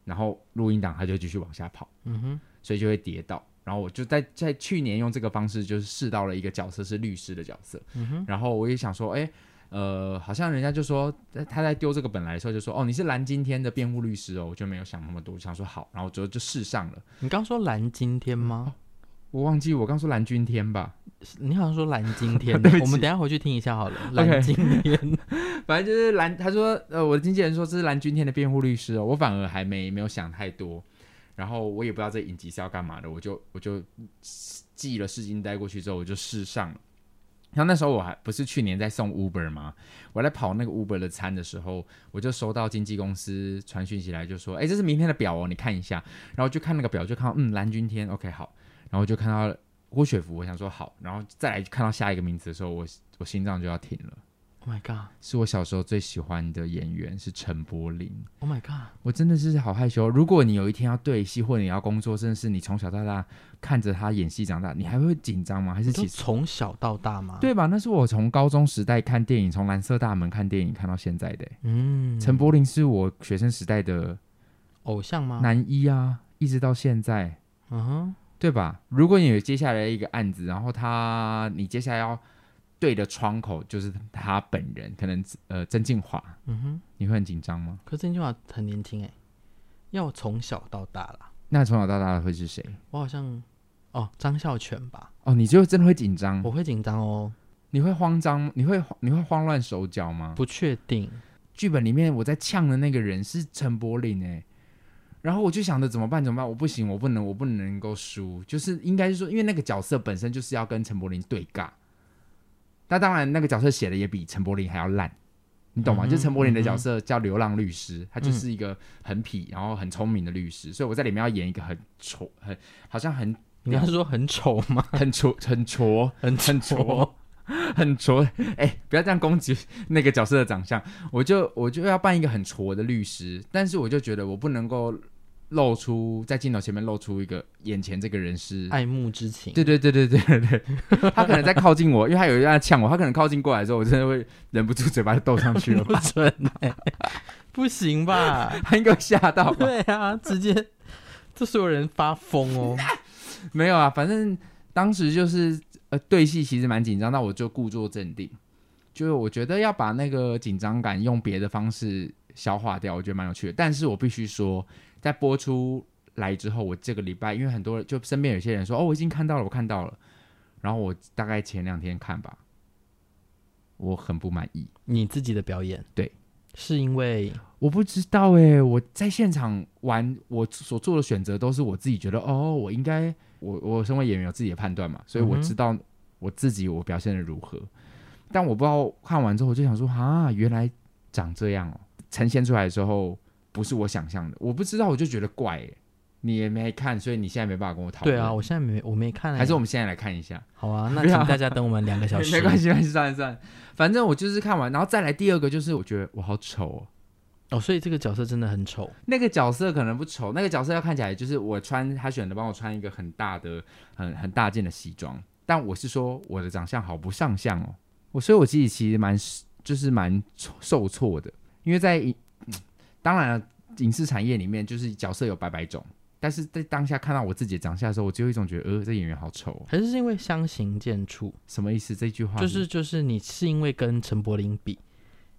Speaker 1: 然后录音档它就继续往下跑，
Speaker 2: 嗯哼，
Speaker 1: 所以就会跌倒。然后我就在在去年用这个方式，就是试到了一个角色是律师的角色，
Speaker 2: 嗯哼，
Speaker 1: 然后我也想说，哎、呃，好像人家就说他他在丢这个本来的时候就说，哦，你是蓝今天的辩护律师哦，我就没有想那么多，我想说好，然后就就试上了。
Speaker 2: 你刚说蓝今天吗？
Speaker 1: 我忘记我刚说蓝君天吧，
Speaker 2: 你好像说蓝今天
Speaker 1: 对不，起
Speaker 2: 我们等一下回去听一下好了。
Speaker 1: OK
Speaker 2: 蓝今天，
Speaker 1: 反正就是蓝，他说，呃，我的经纪人说这是蓝君天的辩护律师哦，我反而还没没有想太多，然后我也不知道这影集是要干嘛的，我就我就寄了试镜带过去之后，我就试上了。然后那时候我还不是去年在送 Uber 吗？我在跑那个 Uber 的餐的时候，我就收到经纪公司传讯息来，就说：“哎，这是明天的表哦，你看一下。”然后就看那个表，就看到嗯，蓝君天，OK 好。然后就看到郭雪芙，我想说好。然后再来看到下一个名字的时候，我我心脏就要停了。
Speaker 2: ，Oh my god，Oh
Speaker 1: 是我小时候最喜欢的演员是陈柏霖，
Speaker 2: oh my god，
Speaker 1: 我真的是好害羞哦。如果你有一天要对戏，或者你要工作，甚至是你从小到大看着他演戏长大，你还会紧张吗？还是
Speaker 2: 你就
Speaker 1: 其实
Speaker 2: 从小到大吗？，
Speaker 1: 对吧？那是我从高中时代看电影，从《蓝色大门》看电影看到现在的欸。
Speaker 2: 嗯，
Speaker 1: 陈柏霖是我学生时代的
Speaker 2: 偶像吗？
Speaker 1: 男一啊，一直到现在。
Speaker 2: 嗯哼，
Speaker 1: 对吧？如果你有接下来一个案子，然后他你接下来要对的窗口就是他本人，可能呃曾静华，
Speaker 2: 嗯哼。
Speaker 1: 你会很紧张吗？
Speaker 2: 可是这句话很年轻哎，要从小到大啦。
Speaker 1: 那从小到大会是谁？
Speaker 2: 我好像哦，张孝全吧，
Speaker 1: 哦，你就真的会紧张，
Speaker 2: 我会紧张哦，
Speaker 1: 你会慌张，你会你会慌乱手脚吗？
Speaker 2: 不确定。
Speaker 1: 剧本里面我在呛的那个人是陈柏霖哎、然后我就想着怎么办怎么办，我不行，我不能，我不能够输，就是应该是说，因为那个角色本身就是要跟陈柏霖对尬。那当然，那个角色写的也比陈柏霖还要烂，你懂吗？
Speaker 2: 嗯哼
Speaker 1: 就陈柏霖的角色叫流浪律师，他就是一个很痞，然后很聪明的律师，所以我在里面要演一个很丑、很好像很 *laughs*
Speaker 2: 你刚刚说很丑吗？
Speaker 1: 很挫、很挫、
Speaker 2: 很
Speaker 1: 很挫，很挫。哎、不要这样攻击那个角色的长相。我就我就要扮一个很挫的律师，但是我就觉得我不能够露出在镜头前面露出一个眼前这个人是。
Speaker 2: 爱慕之情。
Speaker 1: 对对对对对对对，他可能在靠近我，因为他有人在呛我，他可能靠近过来之后，我真的会忍不住嘴巴就斗上
Speaker 2: *laughs*
Speaker 1: 去了
Speaker 2: 不
Speaker 1: 吧，
Speaker 2: 准哎、不行吧？
Speaker 1: 他应该会吓到吧？
Speaker 2: 对啊，直接这所有人发疯哦。
Speaker 1: 没有啊，反正当时就是呃对戏其实蛮紧张，那我就故作镇定，就是我觉得要把那个紧张感用别的方式消化掉，我觉得蛮有趣的。但是我必须说，在播出来之后，我这个礼拜因为很多人就身边有些人说哦我已经看到了，我看到了，然后我大概前两天看吧，我很不满意。
Speaker 2: 你自己的表演，
Speaker 1: 对，
Speaker 2: 是因为
Speaker 1: 我不知道哎、我在现场玩，我所做的选择都是我自己觉得哦，我应该，我我身为演员有自己的判断嘛，所以我
Speaker 2: 嗯哼
Speaker 1: 知道我自己我表现的如何。但我不知道看完之后，我就想说啊，原来长这样哦，呈现出来的时候不是我想象的，我不知道我就觉得怪、欸。你也没看，所以你现在没办法跟我讨论。
Speaker 2: 对啊，我现在没我没看、欸，
Speaker 1: 还是我们现在来看一下。*laughs*
Speaker 2: 好啊？那
Speaker 1: 不
Speaker 2: 请
Speaker 1: 要
Speaker 2: 大家等我们两个小时。
Speaker 1: *laughs* 没关系，没关系，算了算了，反正我就是看完，然后再来第二个就是我觉得我好丑哦。
Speaker 2: 哦，所以这个角色真的很丑。
Speaker 1: 那个角色可能不丑，那个角色要看起来就是我穿他选的，帮我穿一个很大的、很很大件的西装。但我是说我的长相好不上相哦，我所以我自己其实蛮就是蛮受受挫的，因为在影、嗯当然了影视产业里面就是角色有百百种，但是在当下看到我自己的长相的时候，我只有一种觉得，呃，这演员好丑、哦，
Speaker 2: 还是是因为相形见绌，
Speaker 1: 什么意思？这句话
Speaker 2: 就是就是你是因为跟陈柏霖比，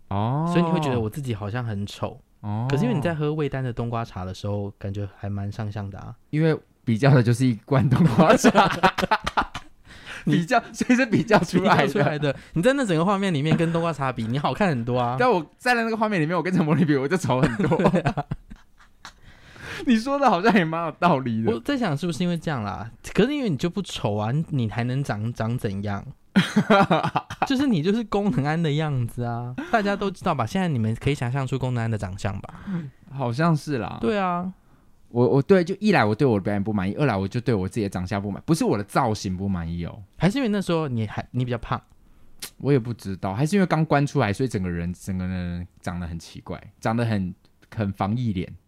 Speaker 1: 哦，
Speaker 2: 所以你会觉得我自己好像很丑。
Speaker 1: 哦，
Speaker 2: 可是因为你在喝味丹的冬瓜茶的时候，感觉还蛮上相的啊。
Speaker 1: 因为比较的就是一罐冬瓜
Speaker 2: *laughs*
Speaker 1: 茶。比较，所以是比较 *laughs* 出来
Speaker 2: 比 *laughs* 较出来的，你在那整个画面里面跟冬瓜茶比，你好看很多啊。
Speaker 1: 但我站在那个画面里面，我跟陈柏霖比，我就丑很多。 *laughs* 你说的好像也蛮有道理
Speaker 2: 我
Speaker 1: 的。
Speaker 2: 在想是不是因为这样啦？可是因为你就不丑啊，你你还能长长怎样？ *laughs* 就是你就是功能安的样子啊，大家都知道吧？现在你们可以想象出功能安的长相吧？
Speaker 1: 好像是啦。，
Speaker 2: 对啊，
Speaker 1: 我我对，就一来我对我的表演不满意，二来我就对我自己的长相不满，不是我的造型不满意哦，
Speaker 2: 还是因为那时候你还你比较胖，
Speaker 1: 我也不知道，还是因为刚关出来，所以整个人整个人长得很奇怪，长得很很防疫脸，
Speaker 2: *laughs*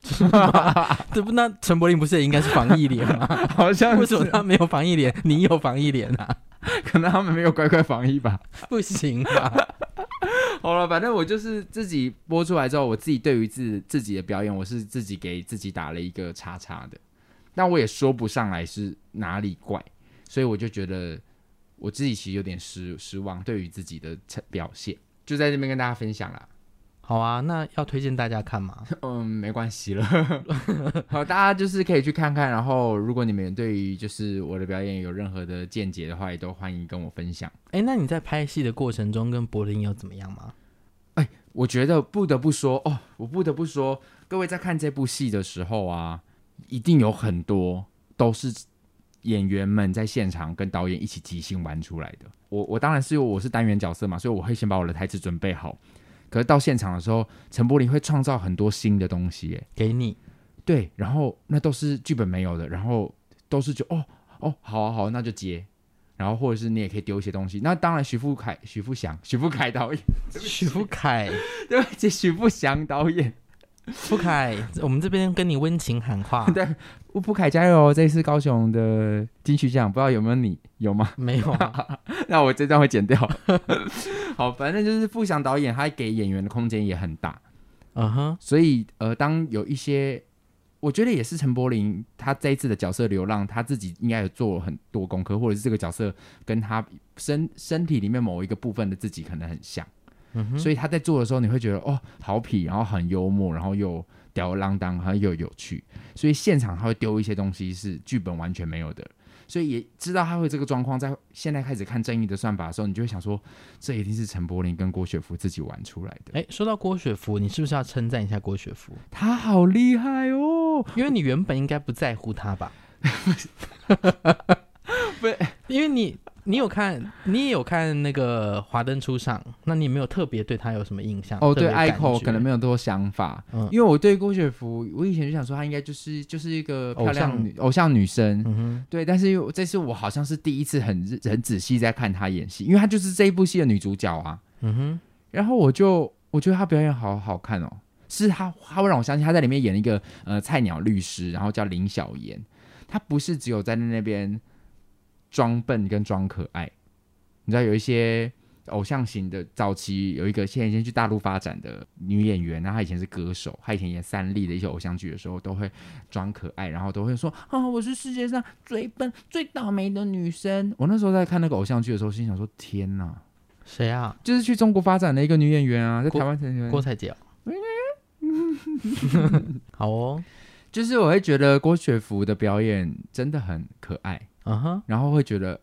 Speaker 1: *laughs*
Speaker 2: 这不那陈柏霖不是也应该是防疫脸 *laughs* 吗？
Speaker 1: 好像
Speaker 2: 为
Speaker 1: 是
Speaker 2: 什么他没有防疫脸，你有防疫脸啊？
Speaker 1: 可能他们没有乖乖防疫吧。
Speaker 2: 不行吧？啊
Speaker 1: 好了，反正我就是自己播出来之后，我自己对于自自己的表演，我是自己给自己打了一个叉叉的，但我也说不上来是哪里怪，所以我就觉得我自己其实有点失失望，对于自己的成表现，就在这边跟大家分享啦。
Speaker 2: *laughs* 好啊，那要推荐大家看吗？
Speaker 1: 嗯，没关系了。好，大家就是可以去看看，然后如果你们对于就是我的表演有任何的见解的话，也都欢迎跟我分享。
Speaker 2: 哎，那你在拍戏的过程中跟柏林有怎么样吗？
Speaker 1: 我觉得不得不说哦，我不得不说，各位在看这部戏的时候啊，一定有很多都是演员们在现场跟导演一起即兴玩出来的。我我当然是我是单元角色嘛，所以我会先把我的台词准备好。可是到现场的时候，陈柏霖会创造很多新的东西耶，
Speaker 2: 给你，
Speaker 1: 对，然后那都是剧本没有的，然后都是就哦哦，好啊好啊，那就接。然后或者是你也可以丢一些东西。那当然徐富凯、徐富祥、徐富凯导演， *laughs*
Speaker 2: 许富凯，
Speaker 1: 对不起，徐富祥导演，
Speaker 2: 富凯，我们这边跟你温情喊话。
Speaker 1: 吴富凯加油哦！这次高雄的金曲奖，不知道有没有你有吗？
Speaker 2: 没有
Speaker 1: *laughs*
Speaker 2: 啊，
Speaker 1: 那我这段会剪掉。 *laughs* 好，反正就是富祥导演，他给演员的空间也很大。啊
Speaker 2: 嗯哼，
Speaker 1: 所以呃，当有一些，我觉得也是陈柏霖他这一次的角色流浪，他自己应该有做很多功课，或者是这个角色跟他身身体里面某一个部分的自己可能很像，
Speaker 2: 嗯哼，
Speaker 1: 所以他在做的时候，你会觉得哦，好痞，然后很幽默，然后又吊儿郎当，然后又有趣，所以现场他会丢一些东西是剧本完全没有的。所以也知道他会这个状况，在现在开始看《正义的算法》的时候，你就会想说，这一定是陈柏霖跟郭雪芙自己玩出来的。
Speaker 2: 哎，说到郭雪芙，你是不是要称赞一下郭
Speaker 1: *laughs*
Speaker 2: 雪芙？
Speaker 1: 他好厉害哦！
Speaker 2: 因为你原本应该不在乎她吧？
Speaker 1: *laughs* 不是，
Speaker 2: 因为你你有看，你也有看那个《华灯初上》，那你没有特别对她有什么印象？
Speaker 1: 哦，
Speaker 2: 啊特
Speaker 1: 对
Speaker 2: 别感
Speaker 1: ，Echo
Speaker 2: 觉
Speaker 1: 可能没有多想法，
Speaker 2: 嗯
Speaker 1: 因为我对郭雪芙，我以前就想说她应该就是就是一个漂亮女偶像女生，
Speaker 2: 嗯哼，
Speaker 1: 对，但是我这次我好像是第一次很认很仔细在看她演戏，因为她就是这一部戏的女主角啊，
Speaker 2: 嗯哼，
Speaker 1: 然后我就我觉得她表演好好看哦，是她她会让我相信她在里面演一个呃菜鸟律师，然后叫林小妍，她不是只有在那边装笨跟装可爱，你知道有一些偶像型的早期有一个现在已经去大陆发展的女演员，然后她以前是歌手，她以前演三立的一些偶像剧的时候都会装可爱，然后都会说啊、我是世界上最笨最倒霉的女生。我那时候在看那个偶像剧的时候，心想说天哪。
Speaker 2: 谁啊？
Speaker 1: 就是去中国发展的一个女演员啊，在
Speaker 2: 郭
Speaker 1: 台湾成员
Speaker 2: 郭，采
Speaker 1: *laughs*
Speaker 2: 洁哦。好哦，
Speaker 1: 就是我会觉得郭雪芙的表演真的很可爱，
Speaker 2: 嗯哼，
Speaker 1: 然后会觉得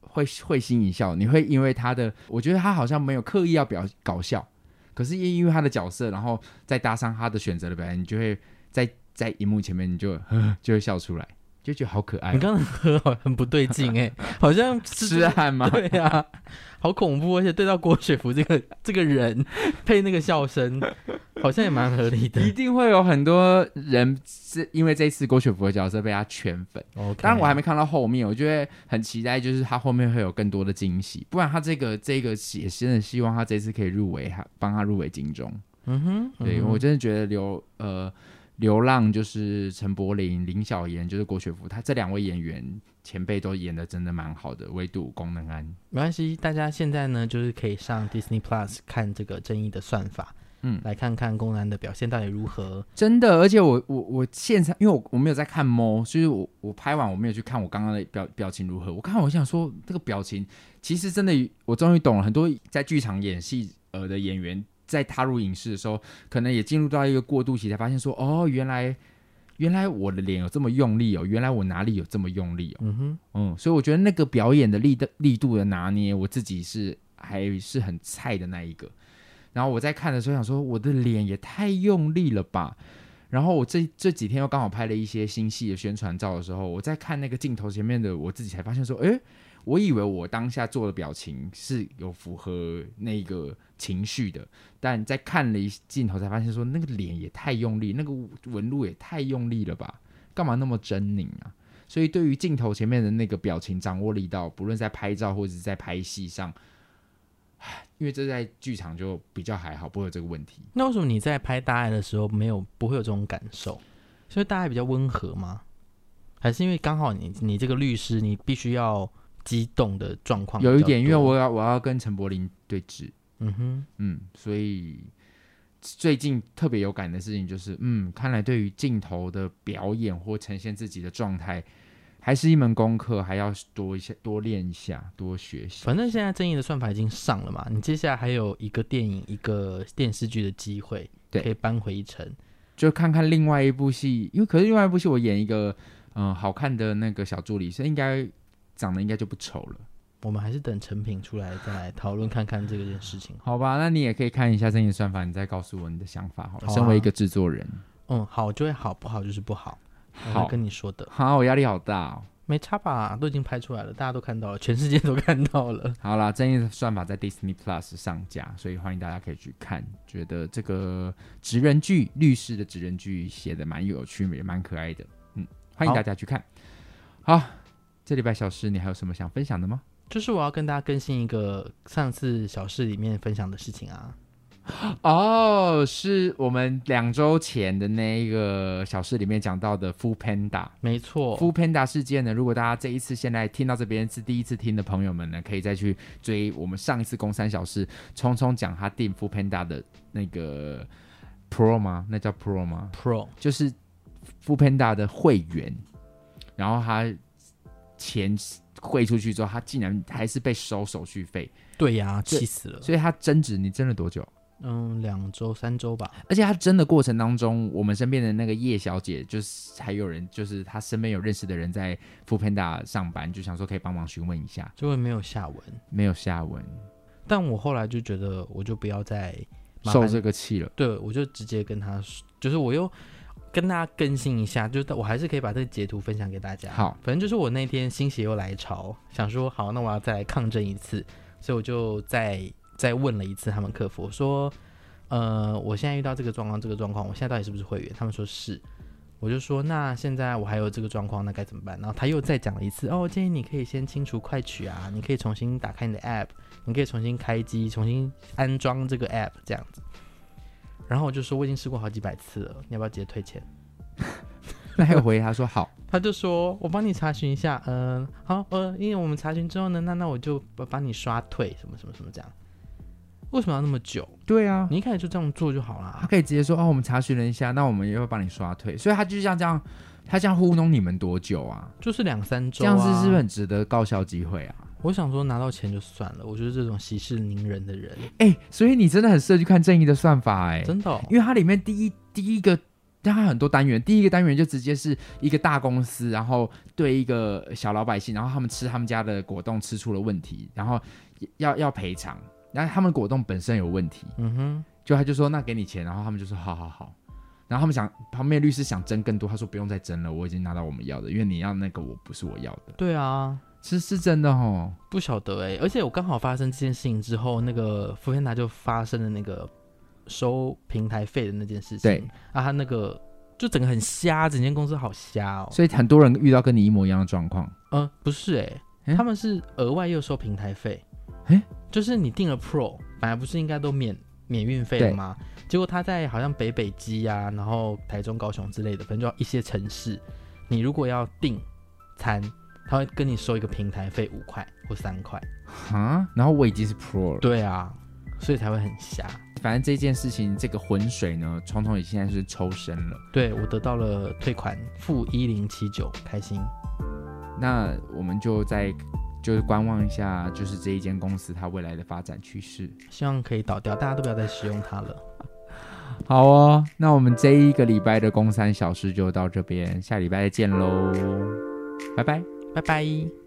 Speaker 1: 会会心一笑，你会因为她的，我觉得她好像没有刻意要表搞笑，可是也因为她的角色，然后再搭上她的选择的表演，你就会在在荧幕前面你就呵呵就会笑出来，就觉得好可爱
Speaker 2: 你
Speaker 1: 哦、
Speaker 2: 刚 *laughs* 刚很好很不对劲哎、好像
Speaker 1: *laughs* 痴汉吗？
Speaker 2: *laughs* 对呀、好恐怖！而且对到郭雪芙这个 *laughs* 这个人配那个笑声，好像也蛮合理的
Speaker 1: 一。定会有很多人是因为这次郭雪芙的角色被她圈粉。
Speaker 2: OK，
Speaker 1: 当然，我还没看到后面，我就会很期待，就是他后面会有更多的惊喜。不然他这个这个也真的希望他这次可以入围，他帮他入围金钟。
Speaker 2: 嗯哼，
Speaker 1: 对、
Speaker 2: 嗯哼
Speaker 1: 我真的觉得流呃流浪就是陈柏霖、林小妍，就是郭雪芙，他这两位演员前辈都演的真的蛮好的，唯独龚能安。
Speaker 2: 没关系。大家现在呢，就是可以上 Disney Plus 看这个《正义的算法》，
Speaker 1: 嗯，
Speaker 2: 来看看宫南的表现到底如何。
Speaker 1: 真的，而且我我我现场，因为我我没有在看猫，所以我我拍完我没有去看我刚刚的表表情如何。我看我想说这个表情，其实真的我终于懂了，很多在剧场演戏呃的演员，在踏入影视的时候，可能也进入到一个过渡期，才发现说哦，原来原来我的脸有这么用力哦，原来我哪里有这么用力哦，
Speaker 2: 嗯哼，
Speaker 1: 嗯，所以我觉得那个表演的力的力度的拿捏，我自己是还是很菜的那一个。然后我在看的时候想说，我的脸也太用力了吧。然后我这这几天又刚好拍了一些新戏的宣传照的时候，我在看那个镜头前面的我自己，才发现说，诶，我以为我当下做的表情是有符合那个情绪的，但在看了一镜头才发现说，那个脸也太用力，那个纹路也太用力了吧？干嘛那么狰狞啊？所以对于镜头前面的那个表情掌握力道，不论在拍照或者是在拍戏上，唉因为这在剧场就比较还好，不会有这个问题。
Speaker 2: 那为什么你在拍《大爱》的时候没有不会有这种感受？所以《大爱》比较温和吗？还是因为刚好你你这个律师，你必须要激动的状况比较
Speaker 1: 有一点，因为
Speaker 2: 多
Speaker 1: 我要我要跟陈柏霖对峙，
Speaker 2: 嗯哼，
Speaker 1: 嗯，所以最近特别有感的事情就是，嗯，看来对于镜头的表演或呈现自己的状态，还是一门功课，还要多一些多练一下，多学习。
Speaker 2: 反正现在正义的算法已经上了嘛，你接下来还有一个电影、一个电视剧的机会，
Speaker 1: 对
Speaker 2: 可以扳回一城。
Speaker 1: 就看看另外一部戏，因为可是另外一部戏我演一个嗯、呃好看的那个小助理，所以应该长得应该就不丑了，
Speaker 2: 我们还是等成品出来再来讨论看看这个件事情。
Speaker 1: 好吧？那你也可以看一下正义的算法，你再告诉我你的想法好了。
Speaker 2: 好啊
Speaker 1: 身为一个制作人，
Speaker 2: 嗯，好就会好，不好就是不好，我
Speaker 1: 好
Speaker 2: *laughs* 会跟你说的，
Speaker 1: 好，我压力好大哦。
Speaker 2: 没差吧？都已经拍出来了，大家都看到了，全世界都 *laughs* 看到了。
Speaker 1: 好啦，正义的算法在 Disney Plus 上架，所以欢迎大家可以去看。觉得这个职人剧，律师的职人剧写的蛮有趣，也蛮可爱的。嗯，欢迎
Speaker 2: 好
Speaker 1: 大家去看。好，这礼拜小诗，你还有什么想分享的吗？
Speaker 2: 就是我要跟大家更新一个上次小事里面分享的事情啊。
Speaker 1: 哦，是我们两周前的那一个小事里面讲到的 f o o Panda。
Speaker 2: 没错，
Speaker 1: f o o Panda 事件呢，如果大家这一次现在听到这边是第一次听的朋友们呢，可以再去追我们上一次《公三小事》，聪聪讲他订 f o o Panda 的那个 Pro 吗？那叫 Pro 吗？
Speaker 2: Pro
Speaker 1: 就是 f o o Panda 的会员，然后他钱汇出去之后，他竟然还是被收手续费，
Speaker 2: 对呀、
Speaker 1: 对
Speaker 2: 气死了。
Speaker 1: 所以他争执你争了多久？
Speaker 2: 嗯，两周三周吧。
Speaker 1: 而且他争的过程当中，我们身边的那个叶小姐，就是还有人，就是她身边有认识的人在 f o o Panda 上班，就想说可以帮忙询问一下，
Speaker 2: 就会没有下文。
Speaker 1: 没有下文，
Speaker 2: 但我后来就觉得，我就不要再麻
Speaker 1: 受
Speaker 2: 烦，
Speaker 1: 这个气了。
Speaker 2: 对我就直接跟他说，就是我又跟大家更新一下，就是我还是可以把这个截图分享给大家。
Speaker 1: 好， *laughs*
Speaker 2: 反正就是我那天心血又来潮，想说好，那我要再来抗争一次，所以我就再再问了一次他们客服，我说，呃，我现在遇到这个状况，这个状况，我现在到底是不是会员？他们说是。我就说，那现在我还有这个状况，那该怎么办？然后他又再讲了一次，哦，建议你可以先清除快取啊，你可以重新打开你的 app，你可以重新开机，重新安装这个 app 这样子。然后我就说，我已经试过好几百次了，你要不要直接退钱？
Speaker 1: 那还有回他说好，
Speaker 2: 他就说：“我帮你查询一下，嗯、好，呃，因为我们查询之后呢，那那我就把把你刷退，什么什么什么这样。为什么要那么久？
Speaker 1: 对啊，
Speaker 2: 你一开始就这样做就好
Speaker 1: 他
Speaker 2: 啦。
Speaker 1: 可以直接说哦，我们查询了一下，那我们要不要帮你刷退？所以他就像这样，他这样糊弄你们多久啊？
Speaker 2: 就是两三周、
Speaker 1: 这
Speaker 2: 啊，
Speaker 1: 样子是不是很值得告销机会啊？
Speaker 2: 我想说拿到钱就算了，我就是这种息事宁人的人，
Speaker 1: 哎、所以你真的很适合去看《正义的算法、哎，
Speaker 2: 真的哦、
Speaker 1: 因为它里面第一第一个，它很多单元，第一个单元就直接是一个大公司，然后对一个小老百姓，然后他们吃他们家的果冻吃出了问题，然后要要赔偿，然后他们果冻本身有问题，
Speaker 2: 嗯哼，
Speaker 1: 就他就说那给你钱，然后他们就说好好好。然后他们想，旁边的律师想争更多，他说不用再争了，我已经拿到我们要的，因为你要那个我不是我要的，
Speaker 2: 对啊，
Speaker 1: 是是真的哦。
Speaker 2: 不晓得哎、而且我刚好发生这件事情之后，那个福片达就发生了那个收平台费的那件事情，
Speaker 1: 对
Speaker 2: 啊，他那个就整个很瞎，整间公司好瞎哦。
Speaker 1: 所以很多人遇到跟你一模一样的状况，
Speaker 2: 呃，不是哎、
Speaker 1: 诶
Speaker 2: 他们是额外又收平台费。
Speaker 1: 诶
Speaker 2: 就是你订了 Pro，本来不是应该都免免运费了吗？结果他在好像北北基啊，然后台中、高雄之类的，反正就一些城市，你如果要订餐，他会跟你收一个平台费五块或三块。
Speaker 1: 哈。然后我已经是 pro 了，
Speaker 2: 对啊，所以才会很瞎。
Speaker 1: 反正这件事情，这个浑水呢，虫虫也现在是抽身了。
Speaker 2: 对我得到了退款负一零七九，79, 开心。
Speaker 1: 那我们就在就是观望一下，就是这一间公司它未来的发展趋势。
Speaker 2: 希望可以倒掉，大家都不要再使用它了。
Speaker 1: 好哦，那我们这一个礼拜的公三小事就到这边，下礼拜再见喽，拜拜。
Speaker 2: 拜拜。